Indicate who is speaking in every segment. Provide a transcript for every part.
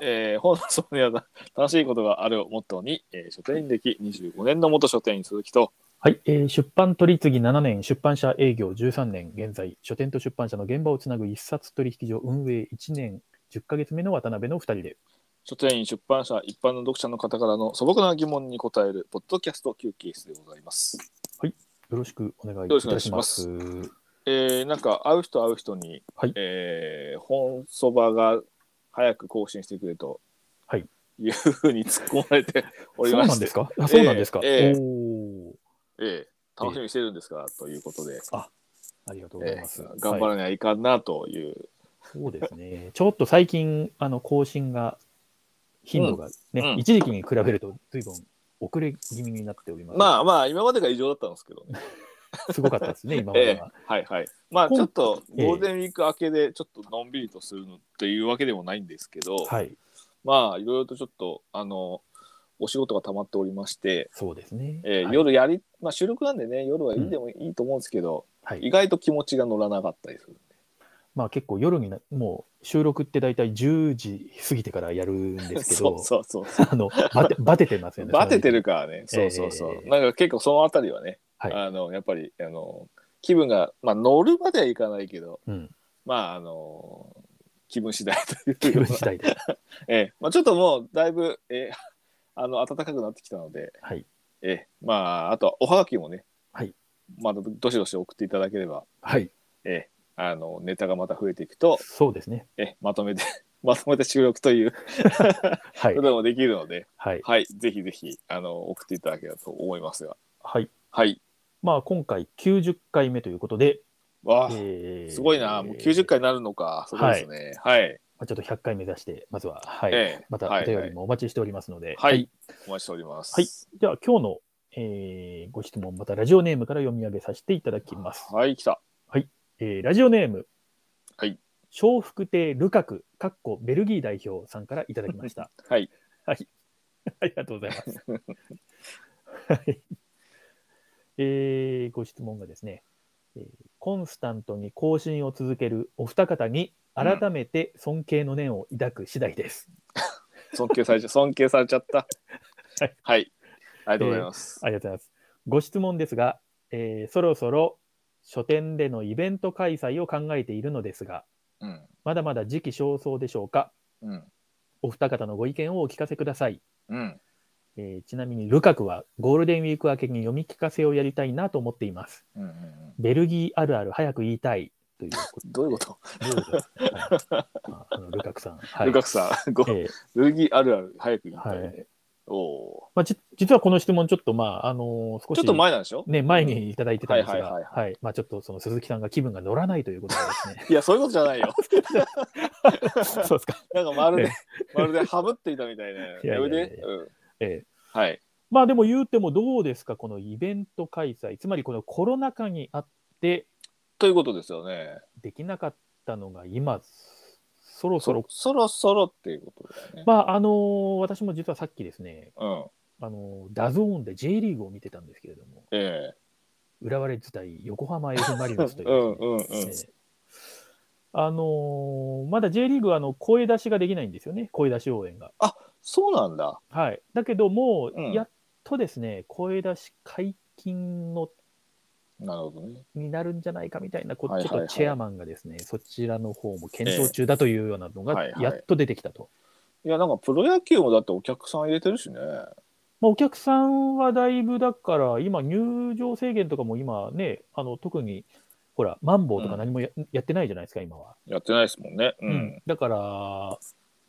Speaker 1: えー本放送には楽しいことがあるをモットーに、えー書店員歴25年の元書店員鈴木と、
Speaker 2: はい、えー出版取り次ぎ7年、出版社営業13年、現在、書店と出版社の現場をつなぐ一冊取引所運営1年10ヶ月目の渡辺の2人で、
Speaker 1: 書店員、出版社、一般の読者の方からの素朴な疑問に答える、ポッドキャスト休憩室でございます。
Speaker 2: よろしくお願いいたします。
Speaker 1: えーなんか、会う人会う人に、
Speaker 2: はい
Speaker 1: えー本そばが早く更新してくれと、
Speaker 2: はい、
Speaker 1: いうふうに突っ込まれており
Speaker 2: そう
Speaker 1: ま
Speaker 2: な
Speaker 1: し
Speaker 2: ん
Speaker 1: て、
Speaker 2: ですかあそうなんですか、
Speaker 1: ええ
Speaker 2: おー
Speaker 1: えー楽しみにしてるんですから、ということで、
Speaker 2: ありがとうござい
Speaker 1: え
Speaker 2: ます。
Speaker 1: ー頑張
Speaker 2: はい
Speaker 1: らにはいかんなという、
Speaker 2: そうですね。ちょっと最近、あの、更新が、頻度が
Speaker 1: う
Speaker 2: ね、
Speaker 1: んうん
Speaker 2: 一時期に比べると随分遅れ気味になっております。
Speaker 1: まあまあ、今までが異常だったんですけどね。
Speaker 2: あ、すごかったですね、今ま
Speaker 1: え
Speaker 2: で
Speaker 1: え
Speaker 2: は。、
Speaker 1: はいはい。まあ
Speaker 2: 今
Speaker 1: ちょっと
Speaker 2: ええ
Speaker 1: ゴールデンウィーク明けでちょっとのんびりとするのっていうわけでもないんですけど、
Speaker 2: はい、
Speaker 1: まあいろいろとちょっとあのお仕事が溜まっておりまして、
Speaker 2: そうですね。
Speaker 1: えー
Speaker 2: はい、
Speaker 1: 夜やり、まあ、収録なんでね夜はいいでもいいと思うんですけど、
Speaker 2: はい
Speaker 1: 意外と気持ちが乗らなかったりする。
Speaker 2: まあ結構夜にな、もう収録って大体10時過ぎてからやるんですけ
Speaker 1: そ
Speaker 2: ど
Speaker 1: う、そうそうそ
Speaker 2: あの、バテバテてますよ
Speaker 1: う。
Speaker 2: ね。
Speaker 1: バテてるからね。そうそうそう。
Speaker 2: ええ
Speaker 1: なんか結構そのあたりはね、
Speaker 2: はい
Speaker 1: あのやっぱりあの気分がまあ乗るまではいかないけど、
Speaker 2: その時。うん、
Speaker 1: まああの気分次第という
Speaker 2: 気分次第で。
Speaker 1: ええまあ、ちょっともうだいぶ、ええ あの暖かくなってきたので、
Speaker 2: はい。
Speaker 1: ええまあ、あとはおはがきもね、
Speaker 2: はい、
Speaker 1: まだどしどし送っていただければ、
Speaker 2: はい、
Speaker 1: ええあのネタがまた増えていくと、
Speaker 2: そうですね。
Speaker 1: ええまとめて まとめて収録という
Speaker 2: はい
Speaker 1: こ、ともできるので、
Speaker 2: はい、
Speaker 1: はい、ぜひぜひあの送っていただければと思いますが、
Speaker 2: はい。
Speaker 1: はい、
Speaker 2: まあ今回90回目ということで、
Speaker 1: わあ、
Speaker 2: えー
Speaker 1: すごいな、もう90回になるのか、そうですね。はい、
Speaker 2: まあ、ちょっと100回目指して、まずは、はい。
Speaker 1: ええ
Speaker 2: また
Speaker 1: は
Speaker 2: お
Speaker 1: い、
Speaker 2: 便
Speaker 1: は
Speaker 2: り
Speaker 1: い、
Speaker 2: もお待ちしておりますので、
Speaker 1: はいお待ちしております。
Speaker 2: はいじゃあ今日の、えーご質問、またラジオネームから読み上げさせていただきます。
Speaker 1: はい、来た。
Speaker 2: えーラジオネーム、
Speaker 1: はい、
Speaker 2: 笑福亭ルカク、かっこベルギー代表さんからいただき ました。
Speaker 1: はい、
Speaker 2: はい。ありがとうございます。はい。えーご質問がですね、えーコンスタントに更新を続けるお二方に改めて尊敬の念を抱く次第です。
Speaker 1: 尊敬されちゃ尊敬されちゃった。
Speaker 2: はい、
Speaker 1: ありがとうございます。
Speaker 2: ありがとうございます。ご質問ですが、えーそろそろ書店でのイベント開催を考えているのですが、
Speaker 1: うん
Speaker 2: まだまだ時期尚早でしょうか
Speaker 1: うん
Speaker 2: お二方のご意見をお聞かせください。
Speaker 1: うん。
Speaker 2: えーちなみに、ルカクはゴールデンウィーク明けに読み聞かせをやりたいなと思っています。
Speaker 1: うんうんうん
Speaker 2: ベルギーあるある早く言いたいということ
Speaker 1: どういうこと？
Speaker 2: で。どういうことですかはいああのルカクさん。はい、
Speaker 1: ルカクさん、ご
Speaker 2: えー
Speaker 1: ルギあるある早く言いたいね。
Speaker 2: はい
Speaker 1: おお
Speaker 2: まあ、じ実はこの質問、ちょっと、まあ、あのー少
Speaker 1: ー。
Speaker 2: し
Speaker 1: ちょっと前なんでしょ？
Speaker 2: ね、前にいただいてたんです
Speaker 1: はいはいはい
Speaker 2: が、はい。まあ、ちょっと、その鈴木さんが気分が乗らないということでですね。
Speaker 1: いやそういうことじゃないよ。
Speaker 2: そうですか。
Speaker 1: なんかまるでまるでハブっていたみたいな。や
Speaker 2: いやいやいや
Speaker 1: めて。うん
Speaker 2: えー
Speaker 1: はい。
Speaker 2: まあ、でも言うてもどうですか、このイベント開催。つまり、このコロナ禍にあって、
Speaker 1: ということですよね。
Speaker 2: できなかったのが今、そろそ
Speaker 1: そ
Speaker 2: ろ
Speaker 1: ろそろそろっていうことだよね。
Speaker 2: まああのー私も実はさっきですね、
Speaker 1: うん。
Speaker 2: あのーダゾーンで J リーグを見てたんですけれども、
Speaker 1: え
Speaker 2: 浦和レッズ対横浜 F ・マリノスと
Speaker 1: え。
Speaker 2: いうう、
Speaker 1: んうんうん。
Speaker 2: えーあのーまだ J リーグはあの声出しができないんですよね、声出し応援が。
Speaker 1: そうなんだ。
Speaker 2: はい、だけど、も
Speaker 1: うん
Speaker 2: うやっとですね、声出し解禁の
Speaker 1: なるほどね。
Speaker 2: になるんじゃないかみたいなこ、
Speaker 1: はいはいはい
Speaker 2: ちょっとチェアマンがですね、そちらの方も検討中だというようなの
Speaker 1: え
Speaker 2: が
Speaker 1: えはい、はい
Speaker 2: やっと出てきたと。
Speaker 1: いやなんかプロ野球もだってお客さん入れてるしね。
Speaker 2: まあ、お客さんはだいぶだから、今、入場制限とかも今ね、あの特にほら、マンボウとか何もや,、ってないじゃないですか、今は。
Speaker 1: やってないですもんね。うん。
Speaker 2: だから、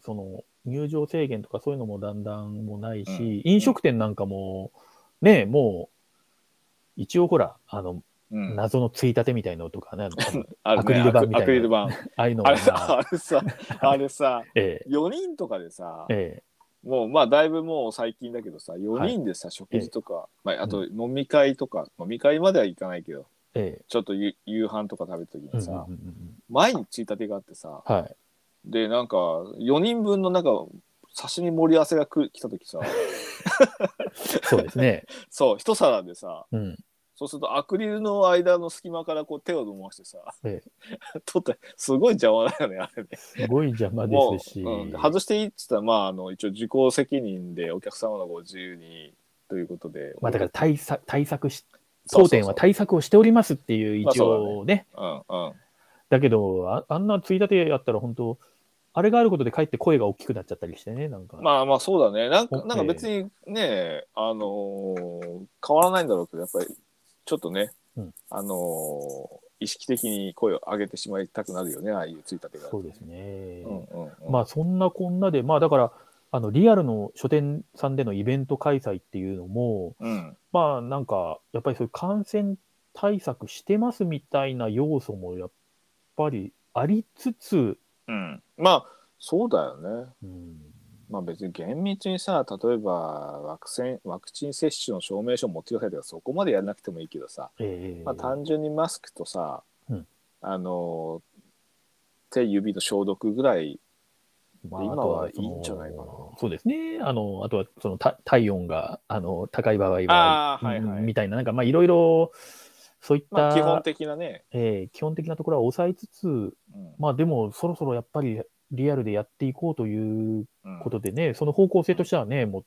Speaker 2: その入場制限とかそういうのもだんだんもうないし、飲食店なんかも、ね、もう、一応ほら、あの、
Speaker 1: うん。
Speaker 2: 謎のついたてみたいのと かね、あの
Speaker 1: あるね
Speaker 2: アクリル板みたいな
Speaker 1: アクリル板。
Speaker 2: ああいうの
Speaker 1: あ
Speaker 2: が
Speaker 1: れさ、あれ さ、あれさ、
Speaker 2: ええ
Speaker 1: 4人とかでさ、
Speaker 2: ええ
Speaker 1: もうまあだいぶもう最近だけどさ、4人でさ、食事とか、まあ、あと飲み会とか、飲み会までは行かないけど、
Speaker 2: ええ
Speaker 1: ちょっとゆ夕飯とか食べた時
Speaker 2: うん
Speaker 1: に
Speaker 2: うんうん
Speaker 1: さ、
Speaker 2: うん
Speaker 1: 前についたてがあってさ、
Speaker 2: はい。
Speaker 1: で、なんか4人分のなんか、刺身盛り合わせ がく来た時さ、
Speaker 2: そうですね。
Speaker 1: そう、一皿でさ、
Speaker 2: うん。
Speaker 1: そうするとアクリルの間の隙間からこう手を伸ばしてさ、
Speaker 2: え
Speaker 1: 取ってすごい邪魔だよねあれね。
Speaker 2: すごい邪魔ですし、
Speaker 1: もううん外していいっつったら、まあ、あの一応自己責任でお客様のご自由にということで、
Speaker 2: まあだから対策対策し
Speaker 1: そう
Speaker 2: 当
Speaker 1: そう
Speaker 2: 店
Speaker 1: そう
Speaker 2: は対策をしておりますっていう
Speaker 1: まあ
Speaker 2: 一
Speaker 1: そう
Speaker 2: 応ね,、
Speaker 1: うんうん、
Speaker 2: だけどああんなついたてやったら本当あれがあることでかえって声が大きくなっちゃったりしてねなんか、
Speaker 1: まあまあそうだねなんか
Speaker 2: ええ
Speaker 1: なんか別にねあのー変わらないんだろうけどやっぱりちょっとね、
Speaker 2: うん
Speaker 1: あのー意識的に声を上げてしまいたくなるよねああいうついたてが。
Speaker 2: そうですね、
Speaker 1: うんうんうん
Speaker 2: まあそんなこんなでまあだからあのリアルの書店さんでのイベント開催っていうのも
Speaker 1: うん
Speaker 2: まあなんかやっぱりそういう感染対策してますみたいな要素もやっぱりありつつ、
Speaker 1: うん、まあそうだよね。
Speaker 2: うん、
Speaker 1: まあ別に厳密にさ例えばワクチンワクチン接種の証明書を持ってくださいとかそこまでやらなくてもいいけどさ、
Speaker 2: ええ
Speaker 1: まあ、単純にマスクとさ、
Speaker 2: うん
Speaker 1: あの手指の消毒ぐらい
Speaker 2: ま
Speaker 1: 今
Speaker 2: あと
Speaker 1: は
Speaker 2: その
Speaker 1: いいんじゃないかな
Speaker 2: そうですね。あの、あとは、その、た体温が、あの、高い場合は、
Speaker 1: あーはいはい
Speaker 2: うんみたいな、なんか、まあ、いろいろ、そういった、
Speaker 1: まあ、基本的なね、
Speaker 2: えー基本的なところは抑えつつ、
Speaker 1: うん
Speaker 2: まあ、でも、そろそろやっぱり、リアルでやっていこうという
Speaker 1: うん
Speaker 2: ことでね、その方向性としてはね、もう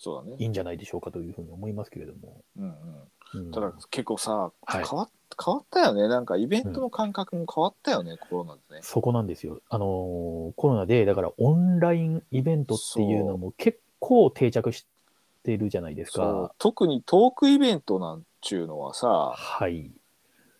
Speaker 1: そうだね、
Speaker 2: いいんじゃないでしょうかというふうに思いますけれども。
Speaker 1: うんうん、
Speaker 2: うん
Speaker 1: ただ結構さ、
Speaker 2: はい
Speaker 1: 変わっ変わったよねなんかイベントの感覚も変わったよね、コロナでね。
Speaker 2: そこなんですよ。あのーコロナで、だから、オンラインイベントっていうのも結構定着してるじゃないです
Speaker 1: そう
Speaker 2: か。
Speaker 1: 特にトークイベントなんちゅうのはさ、
Speaker 2: はい。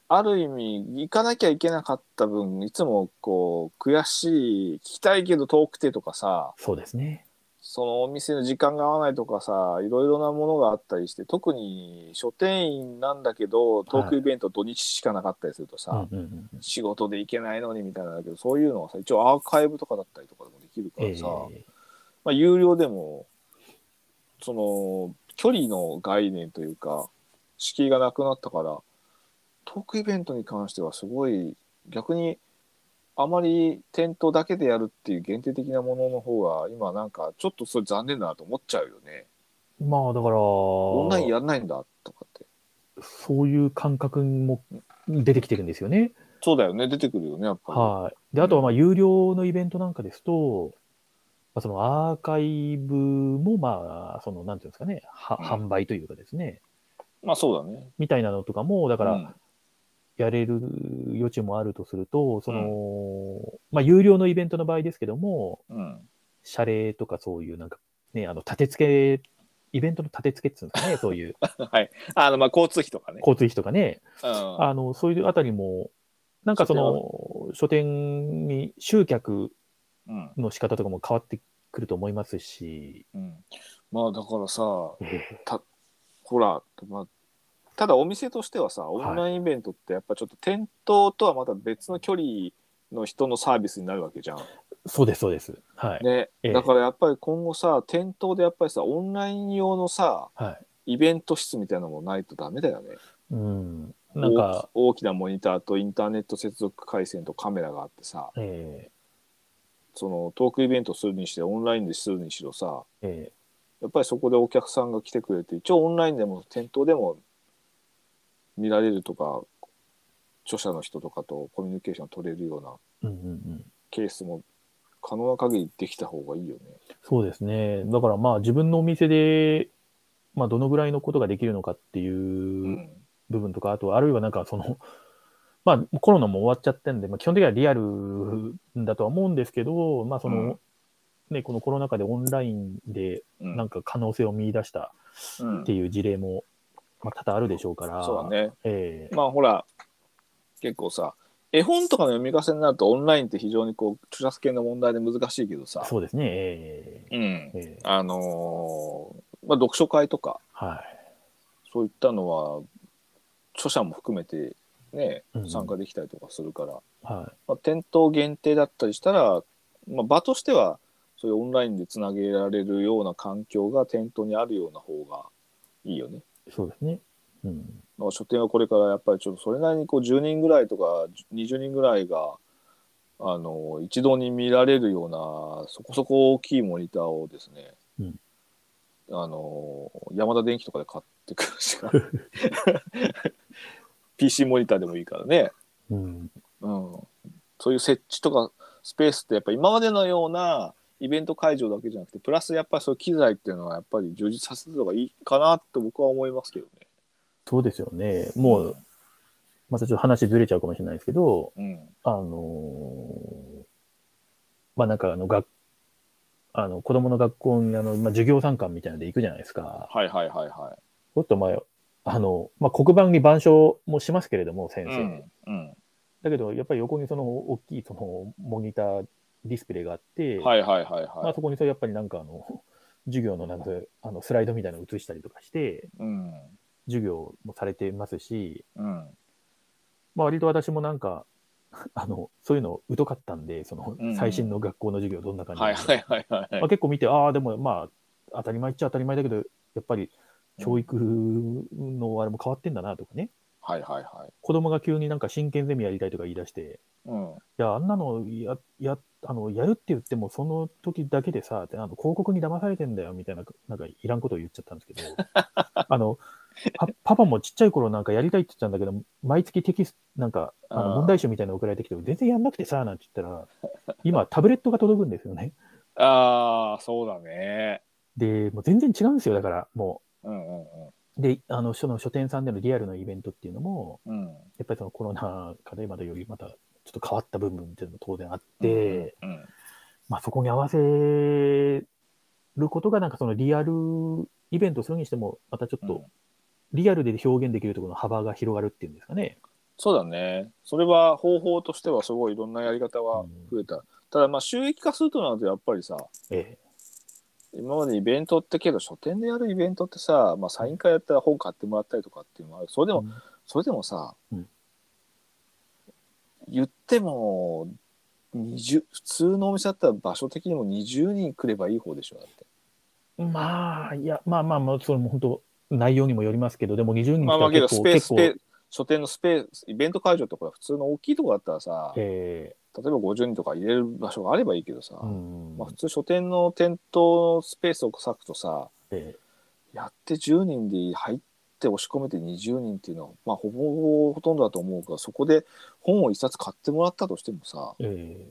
Speaker 1: ある意味行かなきゃいけなかった分いつもこう悔しい聞きたいけど遠くてとかさ
Speaker 2: そうですね。
Speaker 1: そのお店の時間が合わないとかさいろいろなものがあったりして特に書店員なんだけどトークイベント土日しかなかったりするとさ、
Speaker 2: うんうんうんうん
Speaker 1: 仕事で行けないのにみたいなんだけどそういうのはさ一応アーカイブとかだったりとかでもできるからさ、
Speaker 2: え
Speaker 1: まあ、有料でもその距離の概念というか敷居がなくなったからトークイベントに関してはすごい逆にあまり店頭だけでやるっていう限定的なものの方が今なんかちょっとそれ残念だなと思っちゃうよね
Speaker 2: えまあだから、
Speaker 1: オ
Speaker 2: オ
Speaker 1: ンラインやんないんだとかって
Speaker 2: そういう感覚も出てきてるんですよね。
Speaker 1: そうだよね出てくるよねやっぱり、
Speaker 2: はい。で、あとはまあ有料のイベントなんかですと、まあ、そのアーカイブもまあ、そのなんていうんですかね、は
Speaker 1: うん
Speaker 2: 販売というかですね、
Speaker 1: まあそうだね
Speaker 2: みたいなのとかも、だ
Speaker 1: だ
Speaker 2: からやれる余地もあるとすると、その、まあ有料のイベントの場合ですけども、
Speaker 1: うん、うん
Speaker 2: 謝礼とかそういうなんかね、あの立て付け、イベントの立て付けっていうんですかね、そういう
Speaker 1: はいあのまあ交通費とかね
Speaker 2: 交通費とかね、
Speaker 1: うん
Speaker 2: あの、そういうあたりも、なんかその、書店に集客
Speaker 1: うん
Speaker 2: の仕方とかも変わってくると思いま すし、
Speaker 1: うん、まあだからさほら、まあ、ただお店としてはさオンラインイベントってやっぱちょっと店頭とはまた別の距離の人のサービスになるわけじゃん。
Speaker 2: そうです、そうです。はい。
Speaker 1: ね、
Speaker 2: ええ
Speaker 1: だからやっぱり今後さ店頭でやっぱりさオンライン用のさ
Speaker 2: は
Speaker 1: イベント室みたいなのもないとダメだよね。
Speaker 2: い。うん。なんか、
Speaker 1: 大き大きなモニターとインターネット接続回線とカメラがあってさ
Speaker 2: え
Speaker 1: そのトークイベントするにしてオンラインでするにしろさ
Speaker 2: ーえ
Speaker 1: やっぱりそこでお客さんが来てくれて一応オンラインでも店頭でも見られるとか著者の人とかとコミュニケーション取れるような
Speaker 2: ーうんうんうん。
Speaker 1: ケースも可能な限りできた方がいいよね。
Speaker 2: そうですね。だからまあ自分のお店で、まあどのぐらいのことができるのかっていううん部分とか、あと、あるいはなんかその、 まあコロナも終わっちゃってんで、まあ基本的にはリアルだとは思うんですけど、まあその、
Speaker 1: うん
Speaker 2: ね、このコロナ禍でオンラインで
Speaker 1: うん
Speaker 2: なんか可能性を見出した
Speaker 1: うん
Speaker 2: っていう事例も、まあ、多々あるでしょうから、
Speaker 1: そうだね。
Speaker 2: ええ
Speaker 1: まあほら結構さ絵本とかの読み聞かせになるとオンラインって非常にこう著作権の問題で難しいけどさ、
Speaker 2: そうですね、ええ
Speaker 1: うん、
Speaker 2: ええ
Speaker 1: あのーまあ、読書会とか
Speaker 2: はい。
Speaker 1: そういったのは著者も含めてね
Speaker 2: うん
Speaker 1: 参加できたりとかするから、
Speaker 2: は
Speaker 1: まあ、店頭限定だったりしたら、まあ、場としてはそういうオンラインでつなげられるような環境が店頭にあるような方がいいよね。
Speaker 2: い、そうですね。うん、
Speaker 1: だから書店はこれからやっぱりちょっとそれなりにこう10人ぐらいとか20人ぐらいがあの一堂に見られるようなそこそこ大きいモニターをですね、
Speaker 2: うん
Speaker 1: あの山田電機とかで買っってくるしか PC モニターでもいいからね、
Speaker 2: うん。
Speaker 1: うん、そういう設置とかスペースってやっぱ今までのようなイベント会場だけじゃなくてプラスやっぱりそういう機材っていうのはやっぱり充実させた方がいいかなと僕は思いますけどね。
Speaker 2: そうですよね。もう、またちょっと話ずれちゃうかもしれないですけど、
Speaker 1: うん
Speaker 2: あのーまあなんかあの、学、あの、子供の学校にあの、まあ授業参観みたいなので行くじゃないですか。
Speaker 1: はいはいはいは
Speaker 2: ちょっとまあ、あの、まあ黒板に板書もしますけれども、
Speaker 1: い。
Speaker 2: 先生。
Speaker 1: うんうん、
Speaker 2: だけど、やっぱり横にその大きいそのモニター、ディスプレイがあって、
Speaker 1: はいはいはい
Speaker 2: ま
Speaker 1: は
Speaker 2: あ、そこにそれやっぱりなんかあの、授業のなんかそういうあのスライドみたいなの映したりとかして、
Speaker 1: い。うん
Speaker 2: 授業もされてますし、
Speaker 1: うん
Speaker 2: まあ、割と私もなんか、あの、そういうの疎かったんで、その
Speaker 1: うん
Speaker 2: 最新の学校の授業どんな感じな
Speaker 1: はい
Speaker 2: のか、
Speaker 1: はいはいはい
Speaker 2: まあ、結構見て、ああ、でもまあ、当たり前っちゃ当たり前だけど、やっぱり教育のあれも変わってんだなとかね、
Speaker 1: はいはいはい。
Speaker 2: 子供が急になんか真剣ゼミやりたいとか言い出して、
Speaker 1: うん
Speaker 2: いや、あんなのや、や、あの、やるって言っても、その時だけでさ、ってあの、広告に騙されてんだよ、みたいな、なんか、いらんことを言っちゃったんですけ ど、あの、パパパもちっちゃい頃なんかやりたいって言ってたんだけど、毎月テキスト、なんか、あ
Speaker 1: あ
Speaker 2: の
Speaker 1: ー
Speaker 2: 問題集みたいなの送られてきて、全然やんなくてさ、なんて言ったら、今、タブレットが届くんですよね。
Speaker 1: ああ、そうだね。
Speaker 2: で、もう全然違うんですよ、だから、も
Speaker 1: うんうん
Speaker 2: う。で、あの、その書店さんでのリアルのイベントっていうのも、
Speaker 1: うん。うん。
Speaker 2: やっぱりそのコロナ禍でまだよりまた、ちょっと変わった部分っていうのも当然あって、
Speaker 1: うんうん
Speaker 2: まあ、そこに合わせることが、なんかそのリアルイベントするにしても、またちょっ
Speaker 1: うん
Speaker 2: とリアルで表現できるところの幅が広がるっていうんですかね。
Speaker 1: そうだね。それは方法としてはすごいいろんなやり方が増えた。ただまあ収益化するとなるとやっぱりさ、
Speaker 2: え
Speaker 1: 今までイベントってけど書店でやるイベントってさ、まあ、サイン会やったら本買ってもらったりとかっていうのもある。それで
Speaker 2: え
Speaker 1: も、それでもさ、
Speaker 2: うん
Speaker 1: 言っても20、普通のお店だったら場所的にも20人来ればいい方でしょ、だって。
Speaker 2: まあ、いや、まあまあまあ、それも本当、内容にもよりますけど、でも20人
Speaker 1: まあまあけど、スペース、
Speaker 2: 結
Speaker 1: ス
Speaker 2: 構、
Speaker 1: ペース、書店のスペース、イベント会場ってほら、普通の大きいとこだったらさ、例え
Speaker 2: え
Speaker 1: ば50人とか入れる場所があればいいけどさ、
Speaker 2: えうん
Speaker 1: まあ普通書店の店頭のスペースを割くとさ、
Speaker 2: え
Speaker 1: やって10人で入って押し込めて20人っていうのは、まあほぼほぼほとんどだと思うから、そこで本を一冊買ってもらったとしてもさ、
Speaker 2: え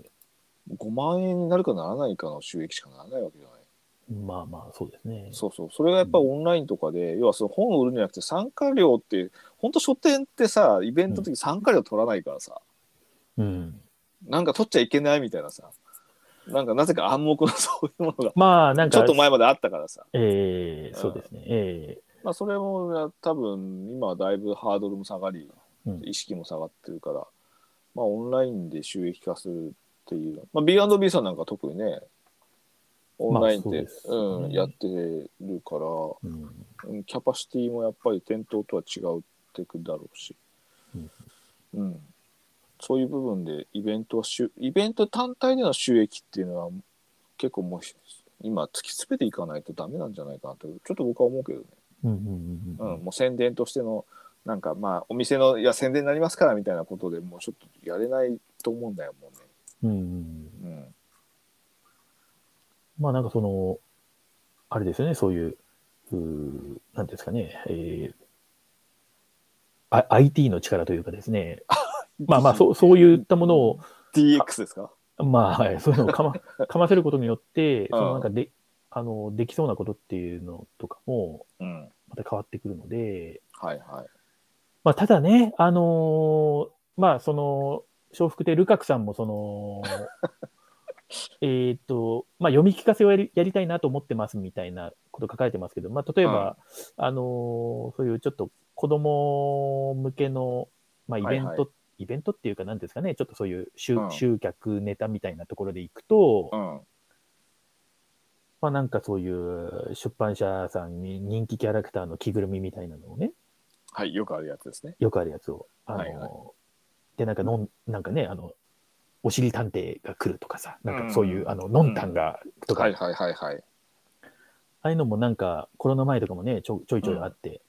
Speaker 2: え
Speaker 1: 5万円になるかならないかの収益しかならないわけじゃない。
Speaker 2: まあまあ、そうですね。
Speaker 1: そうそう。それがやっぱりオンラインとかで、要はその本を売るんじゃなくて参加料って、本当書店ってさ、イベントの時参加料取らないからさ、
Speaker 2: うん、
Speaker 1: なんか取っちゃいけないみたいなさ、なんかなぜか暗黙のそういうもの
Speaker 2: まあ、なん
Speaker 1: が、
Speaker 2: か、
Speaker 1: ちょっと前まであったからさ。
Speaker 2: ええそうですね。え
Speaker 1: まあ、それも多分今はだいぶハードルも下がり
Speaker 2: うん
Speaker 1: 意識も下がってるから、まあ、オンラインで収益化するっていう、まあ、B&B さんなんか特にねオンラインで,、
Speaker 2: まあそうですよね
Speaker 1: うん、やってるから、う
Speaker 2: えうん
Speaker 1: ん、キャパシティもやっぱり店頭とは違うってくだろうし、
Speaker 2: うん
Speaker 1: うん、そういう部分でイベントは収イベント単体での収益っていうのは結構もう今突き詰めていかないとダメなんじゃないかなとちょっと僕は思うけどね。
Speaker 2: うんうんう
Speaker 1: うんん、もう宣伝としてのなんかまあお店のいや宣伝になりますからみたいなことでもうちょっとやれないと思うんだよも
Speaker 2: うんうん
Speaker 1: うね。
Speaker 2: まあなんかその、あれですよね、そういう、うーなんていうんですかね、えーあ、IT の力というかですね、
Speaker 1: うん、
Speaker 2: まあまあそう、そういったものを、
Speaker 1: DX ですか
Speaker 2: まあ、はいそういうのを かまかませることによって、
Speaker 1: うん
Speaker 2: そのなんかで、あの、できそうなことっていうのとかも、
Speaker 1: うん。はい
Speaker 2: また変わってくるので、
Speaker 1: は
Speaker 2: まあただね、あのーまあその、笑福亭ルカクさんもその、 えっと、まあ読み聞かせをやりやりたいなと思ってますみたいなこと書かれてますけど、まあ例えば、あのーそういうちょっと子供向けの、まあイベント、
Speaker 1: はいは
Speaker 2: イベントっていうかなんですかね、ちょっとそういう集,、
Speaker 1: うん
Speaker 2: 集客ネタみたいなところで行くと、
Speaker 1: い。うん。
Speaker 2: まあなんかそういう出版社さんに人気キャラクターの着ぐるみみたいなのをね、
Speaker 1: はい、よくあるやつですね。
Speaker 2: よくあるやつを。あの
Speaker 1: はいはい
Speaker 2: で、なんかのん、なんかね、あの、お尻探偵が来るとかさ、なん
Speaker 1: う
Speaker 2: か
Speaker 1: ん
Speaker 2: そういう、あの、のんたんが、とか、
Speaker 1: はいはいはいはい。
Speaker 2: ああいうのもなんか、コロナ前とかもね、ちょちょいちょいあって、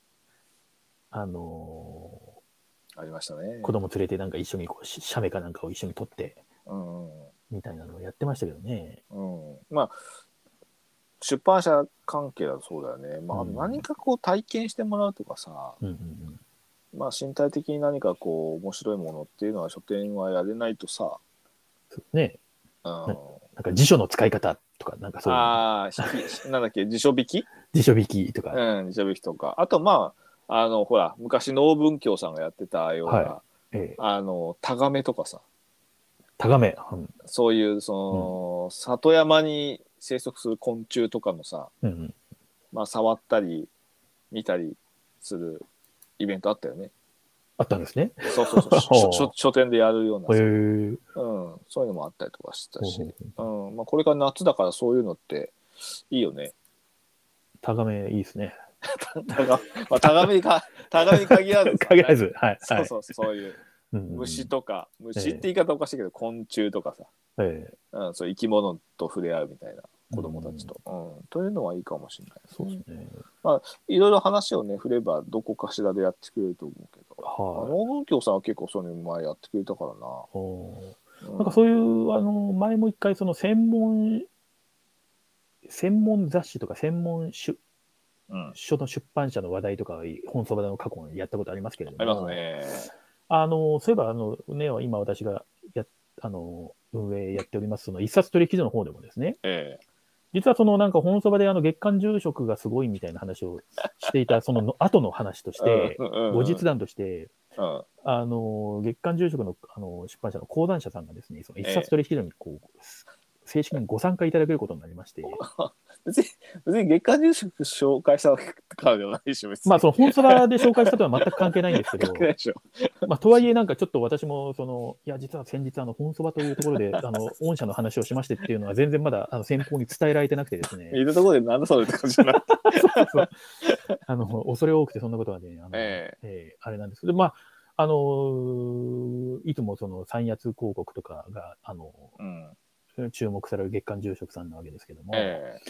Speaker 2: あの
Speaker 1: ありましたね
Speaker 2: ー。子供連れてなんか一緒にこう、し写メかなんかを一緒に撮って、
Speaker 1: うんうん
Speaker 2: みたいなのをやってましたけどね。
Speaker 1: うん。うん。まあ、出版社関係だとそうだよね。まあ、
Speaker 2: うん
Speaker 1: 何かこう体験してもらうとかさ、
Speaker 2: うんうん
Speaker 1: まあ身体的に何かこう面白いものっていうのは書店はやれないとさ、
Speaker 2: うん。ね
Speaker 1: うん、
Speaker 2: なんか辞書の使い方とか、なんかそういうの
Speaker 1: ああ、ひなんだっけ、 辞書引き
Speaker 2: 辞書引きとか。
Speaker 1: うん、辞書引きとか。あと、まあ、あの、ほら、昔、農文教さんがやってたような、
Speaker 2: はええ
Speaker 1: あの、タガメとかさ、
Speaker 2: タガメ。うん
Speaker 1: そういう、その、里山に生息する昆虫とかのさ、
Speaker 2: うんうん。
Speaker 1: まあ、触ったり、見たりするイベントあったよね。
Speaker 2: あったんですね。
Speaker 1: そうそう そう書、書書店でやるような
Speaker 2: へえ
Speaker 1: さ、うん、そういうのもあったりとかしたし、うん、まあ、これから夏だからそういうのって、いいよね。
Speaker 2: タガメいいですね。
Speaker 1: タガまあ、タガメにか、タガメに限 らずさ、
Speaker 2: 限らず、はい。
Speaker 1: そうそうそういう
Speaker 2: はいうんうん
Speaker 1: 虫とか、虫って言い方おかしいけど、昆虫とかさ、
Speaker 2: ええ
Speaker 1: うん、そういう生き物と触れ合うみたいな子供たちと、うんというのはいいかもしれないです
Speaker 2: そう
Speaker 1: ね、
Speaker 2: ですね。
Speaker 1: いろいろ話をね振ればどこかしらでやってくれると思うけど
Speaker 2: はい
Speaker 1: 農文教さんは結構そういうの前やってくれたからな、
Speaker 2: おー
Speaker 1: う
Speaker 2: なんかそういう、あの、前も一回、その専門、専門雑誌とか専門書
Speaker 1: うん
Speaker 2: 書の出版社の話題とか、本そばでの過去にやったことありますけれども。
Speaker 1: ありますね
Speaker 2: あの、そういえば、あの、ね、今私がや、あの、運営やっております、その一冊取引所の方でもですね、
Speaker 1: ええ
Speaker 2: 実はそのなんか本そばであの月刊住職がすごいみたいな話をしていた、そのの後の話として、
Speaker 1: うんうんうん
Speaker 2: 後日談として、
Speaker 1: うん
Speaker 2: あの、月刊住職のあの出版社の講談社さんがですね、その一
Speaker 1: ええ
Speaker 2: 冊取引所にこう、正式にご参加いただけることになりま して、
Speaker 1: 別に別に月刊入職紹介したわけからではないでしょ別に
Speaker 2: まあその本そばで紹介したとは全く関係ないんですけ
Speaker 1: 関
Speaker 2: ど
Speaker 1: 係、ないでしょ
Speaker 2: まあ、とはいえ、なんかちょっと私も、その、いや、実は先日、あの、本そばというとこ ろで、あの、御社の話をしましてっていうのは、全然まだ、あの、先方に伝えられてなくてですね、
Speaker 1: いたところでなんだそれって感じじゃ ない
Speaker 2: あの、恐れ多くて、そんなことはね、あの、
Speaker 1: え
Speaker 2: えーあれなんですけど、まあ、あのーいつもその、三月広告とかが、あの、
Speaker 1: えうん
Speaker 2: 注目される月刊住職さんなわけですけども、
Speaker 1: え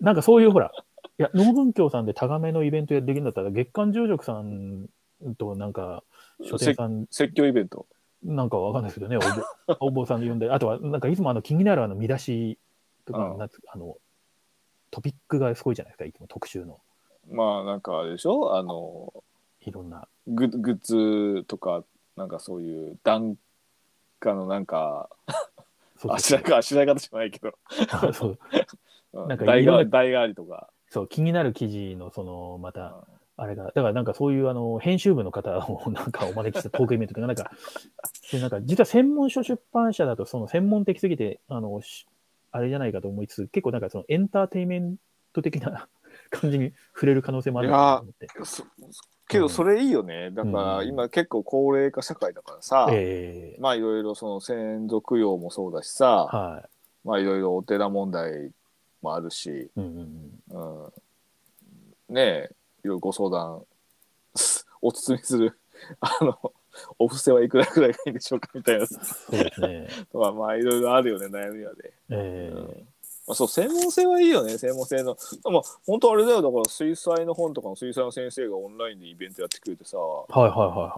Speaker 2: なんかそういう、ほら、いや、農文教さんでタガメのイベントやできるんだったら、月刊住職さんと、なんか、
Speaker 1: え
Speaker 2: 書店さん
Speaker 1: 説教イベント
Speaker 2: なんかわかんないですけどね、お坊 お坊さんで呼んで、あとは、なんかいつもあの気になるあの見出しとか、
Speaker 1: うん
Speaker 2: なんつあのトピックがすごいじゃないですか、いつも特集の
Speaker 1: まあなんかあれでしょあの
Speaker 2: いろんな。
Speaker 1: グッグッズとかなんかそういう檀家のなんか
Speaker 2: そう
Speaker 1: あし
Speaker 2: そ
Speaker 1: ら
Speaker 2: う
Speaker 1: かあしらい方じゃないけど
Speaker 2: そうそう
Speaker 1: うん
Speaker 2: なんか
Speaker 1: 代替わ
Speaker 2: いろん
Speaker 1: り代替わりとか
Speaker 2: そう気になる記事の、その、また、
Speaker 1: う
Speaker 2: あれが、だからなんかそういうあの編集部の方をなんかお招きしたトークイベントとか、なんか、でなんか実は専門書出版社だと、その専門的すぎて、あの、しあれじゃないかと思いつつ、結構なんかそのエンターテインメント的な 感じに触れる可能性もあるのかなと思って。
Speaker 1: んそけどそれいいよねだから
Speaker 2: うん
Speaker 1: 今結構高齢化社会だからさ、
Speaker 2: ええ
Speaker 1: まあいろいろその先祖供養もそうだしさ
Speaker 2: はい。
Speaker 1: まあいろいろお寺問題もあるし、
Speaker 2: うんうんうん
Speaker 1: うん、ねえいろいろご相談 すお包みする あのお布施はいくらくらいがいいんでしょうかみたいなさ
Speaker 2: そうですね。
Speaker 1: とかまあいろいろあるよね悩みはね。
Speaker 2: え
Speaker 1: うん
Speaker 2: ー
Speaker 1: まあ、そう専門性はいいよね専門性のでも本当あれだよだから水彩の本とかの水彩の先生がオンラインでイベントやってくれてさ
Speaker 2: はいはいは